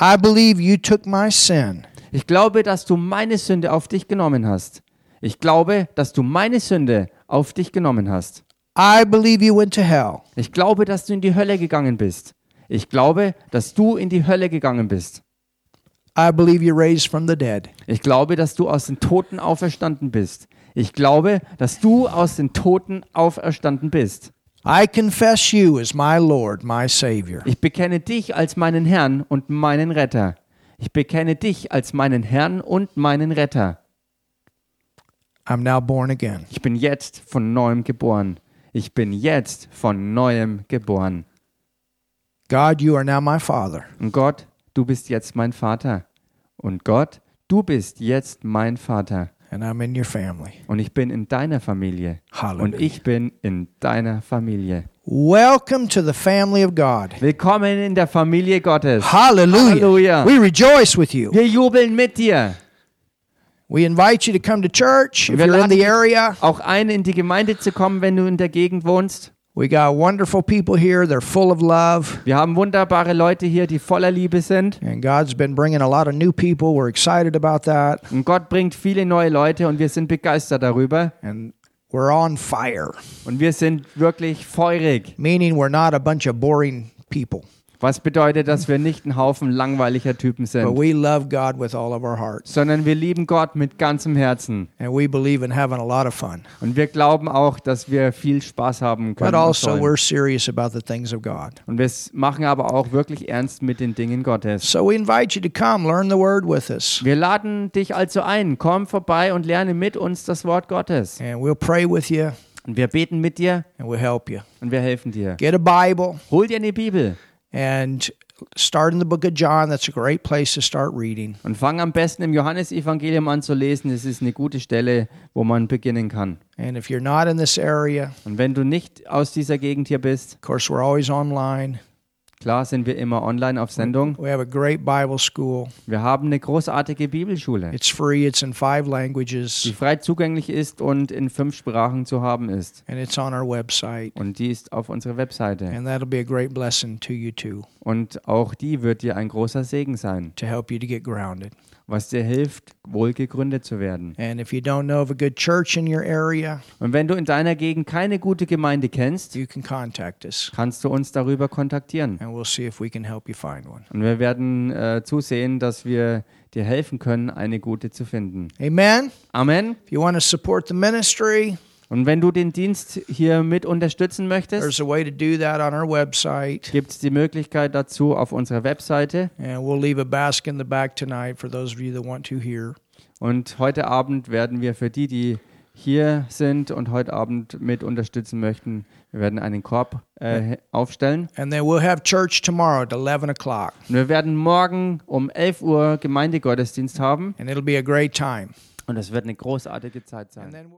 [SPEAKER 1] I believe you took my sin
[SPEAKER 2] Ich glaube, dass du meine Sünde auf dich genommen hast. Ich glaube, dass du meine Sünde auf dich genommen hast.
[SPEAKER 1] I believe you went to hell.
[SPEAKER 2] Ich glaube, dass du in die Hölle gegangen bist. Ich glaube, dass du in die Hölle gegangen bist.
[SPEAKER 1] I believe you raised from the dead.
[SPEAKER 2] Ich glaube, dass du aus den Toten auferstanden bist. Ich glaube, dass du aus den Toten auferstanden bist.
[SPEAKER 1] I confess you as my Lord, my Savior.
[SPEAKER 2] Ich bekenne dich als meinen Herrn und meinen Retter. Ich bekenne dich als meinen Herrn und meinen Retter.
[SPEAKER 1] I'm now born again.
[SPEAKER 2] Ich bin jetzt von neuem geboren. Ich bin jetzt von neuem geboren.
[SPEAKER 1] God, you are now my Father.
[SPEAKER 2] Und Gott, du bist jetzt mein Vater. Und Gott, du bist jetzt mein Vater.
[SPEAKER 1] and I'm in your family.
[SPEAKER 2] Und ich bin in deiner Familie. Und
[SPEAKER 1] Hallelujah.
[SPEAKER 2] ich bin in deiner Familie.
[SPEAKER 1] Welcome to the family of God.
[SPEAKER 2] Willkommen in der Familie Gottes.
[SPEAKER 1] Hallelujah.
[SPEAKER 2] Hallelujah.
[SPEAKER 1] We rejoice with you.
[SPEAKER 2] Wir jubeln mit dir.
[SPEAKER 1] We invite you to come to church if
[SPEAKER 2] Wir
[SPEAKER 1] you're in
[SPEAKER 2] laden
[SPEAKER 1] the
[SPEAKER 2] dich
[SPEAKER 1] area.
[SPEAKER 2] auch ein, in die Gemeinde zu kommen, wenn du in der Gegend wohnst.
[SPEAKER 1] We got wonderful people here. They're full of love.
[SPEAKER 2] Wir haben wunderbare Leute hier, die voller Liebe sind.
[SPEAKER 1] And God's been bringing a lot of new people. We're excited about that.
[SPEAKER 2] Und Gott bringt viele neue Leute und wir sind begeistert darüber.
[SPEAKER 1] And we're on fire,
[SPEAKER 2] Und wir sind wirklich feurig,
[SPEAKER 1] meaning we're not a bunch of boring people.
[SPEAKER 2] Was bedeutet, dass wir nicht ein Haufen langweiliger Typen
[SPEAKER 1] but
[SPEAKER 2] sind,
[SPEAKER 1] we love God with all of our hearts.
[SPEAKER 2] sondern wir lieben Gott mit ganzem Herzen.
[SPEAKER 1] And we believe in having a lot of fun.
[SPEAKER 2] Und wir glauben auch, dass wir viel Spaß haben können.
[SPEAKER 1] But
[SPEAKER 2] und
[SPEAKER 1] also,
[SPEAKER 2] sollen.
[SPEAKER 1] we're serious about the things of God.
[SPEAKER 2] Und wir s- machen aber auch wirklich ernst mit den Dingen Gottes.
[SPEAKER 1] So we invite you to come learn the word with us.
[SPEAKER 2] Wir laden dich also ein. Komm vorbei und lerne mit uns das Wort Gottes.
[SPEAKER 1] And we'll pray with you
[SPEAKER 2] Und wir beten mit dir
[SPEAKER 1] and we'll help you.
[SPEAKER 2] und wir helfen dir.
[SPEAKER 1] Get a Bible
[SPEAKER 2] Hol dir eine Bibel
[SPEAKER 1] and start in the book of John. That's a great place to start reading.
[SPEAKER 2] und fang am besten im Johannesevangelium an zu lesen. Es ist eine gute Stelle, wo man beginnen kann.
[SPEAKER 1] And if you're not in this area,
[SPEAKER 2] Und wenn du nicht aus dieser Gegend hier bist,
[SPEAKER 1] of course, we're always online.
[SPEAKER 2] klar sind wir immer online auf Sendung.
[SPEAKER 1] We have a great Bible school.
[SPEAKER 2] Wir haben eine großartige Bibelschule,
[SPEAKER 1] It's free, it's in five
[SPEAKER 2] die
[SPEAKER 1] languages,
[SPEAKER 2] frei zugänglich ist und in fünf Sprachen zu haben ist.
[SPEAKER 1] and it's on our website.
[SPEAKER 2] Und die ist auf unserer Webseite.
[SPEAKER 1] And that'll be a great blessing to you, too,
[SPEAKER 2] Und auch die wird dir ein großer Segen sein,
[SPEAKER 1] to help you to get grounded.
[SPEAKER 2] was dir hilft, wohlgegründet zu werden.
[SPEAKER 1] And if you don't know of a good church in your area,
[SPEAKER 2] Und wenn du in deiner Gegend keine gute Gemeinde kennst,
[SPEAKER 1] you can contact us,
[SPEAKER 2] kannst du uns darüber kontaktieren.
[SPEAKER 1] and we'll see if we can help you find one.
[SPEAKER 2] Und wir werden äh, zusehen, dass wir dir helfen können, eine gute zu finden.
[SPEAKER 1] Amen.
[SPEAKER 2] Amen.
[SPEAKER 1] If you want to support the ministry,
[SPEAKER 2] Und wenn du den Dienst hier mit unterstützen möchtest,
[SPEAKER 1] there's a way to do that on our website.
[SPEAKER 2] gibt es die Möglichkeit dazu auf unserer Webseite.
[SPEAKER 1] And we'll leave a basket in the back tonight for those of you that want to hear.
[SPEAKER 2] Und heute Abend werden wir für die, die hier sind und heute Abend mit unterstützen möchten, wir werden einen Korb äh, aufstellen.
[SPEAKER 1] And then we'll have church tomorrow at 11 o'clock,
[SPEAKER 2] Und wir werden morgen um 11 Uhr Gemeindegottesdienst haben.
[SPEAKER 1] and it'll be a great time.
[SPEAKER 2] Und das wird eine großartige Zeit sein.
[SPEAKER 1] And then we'll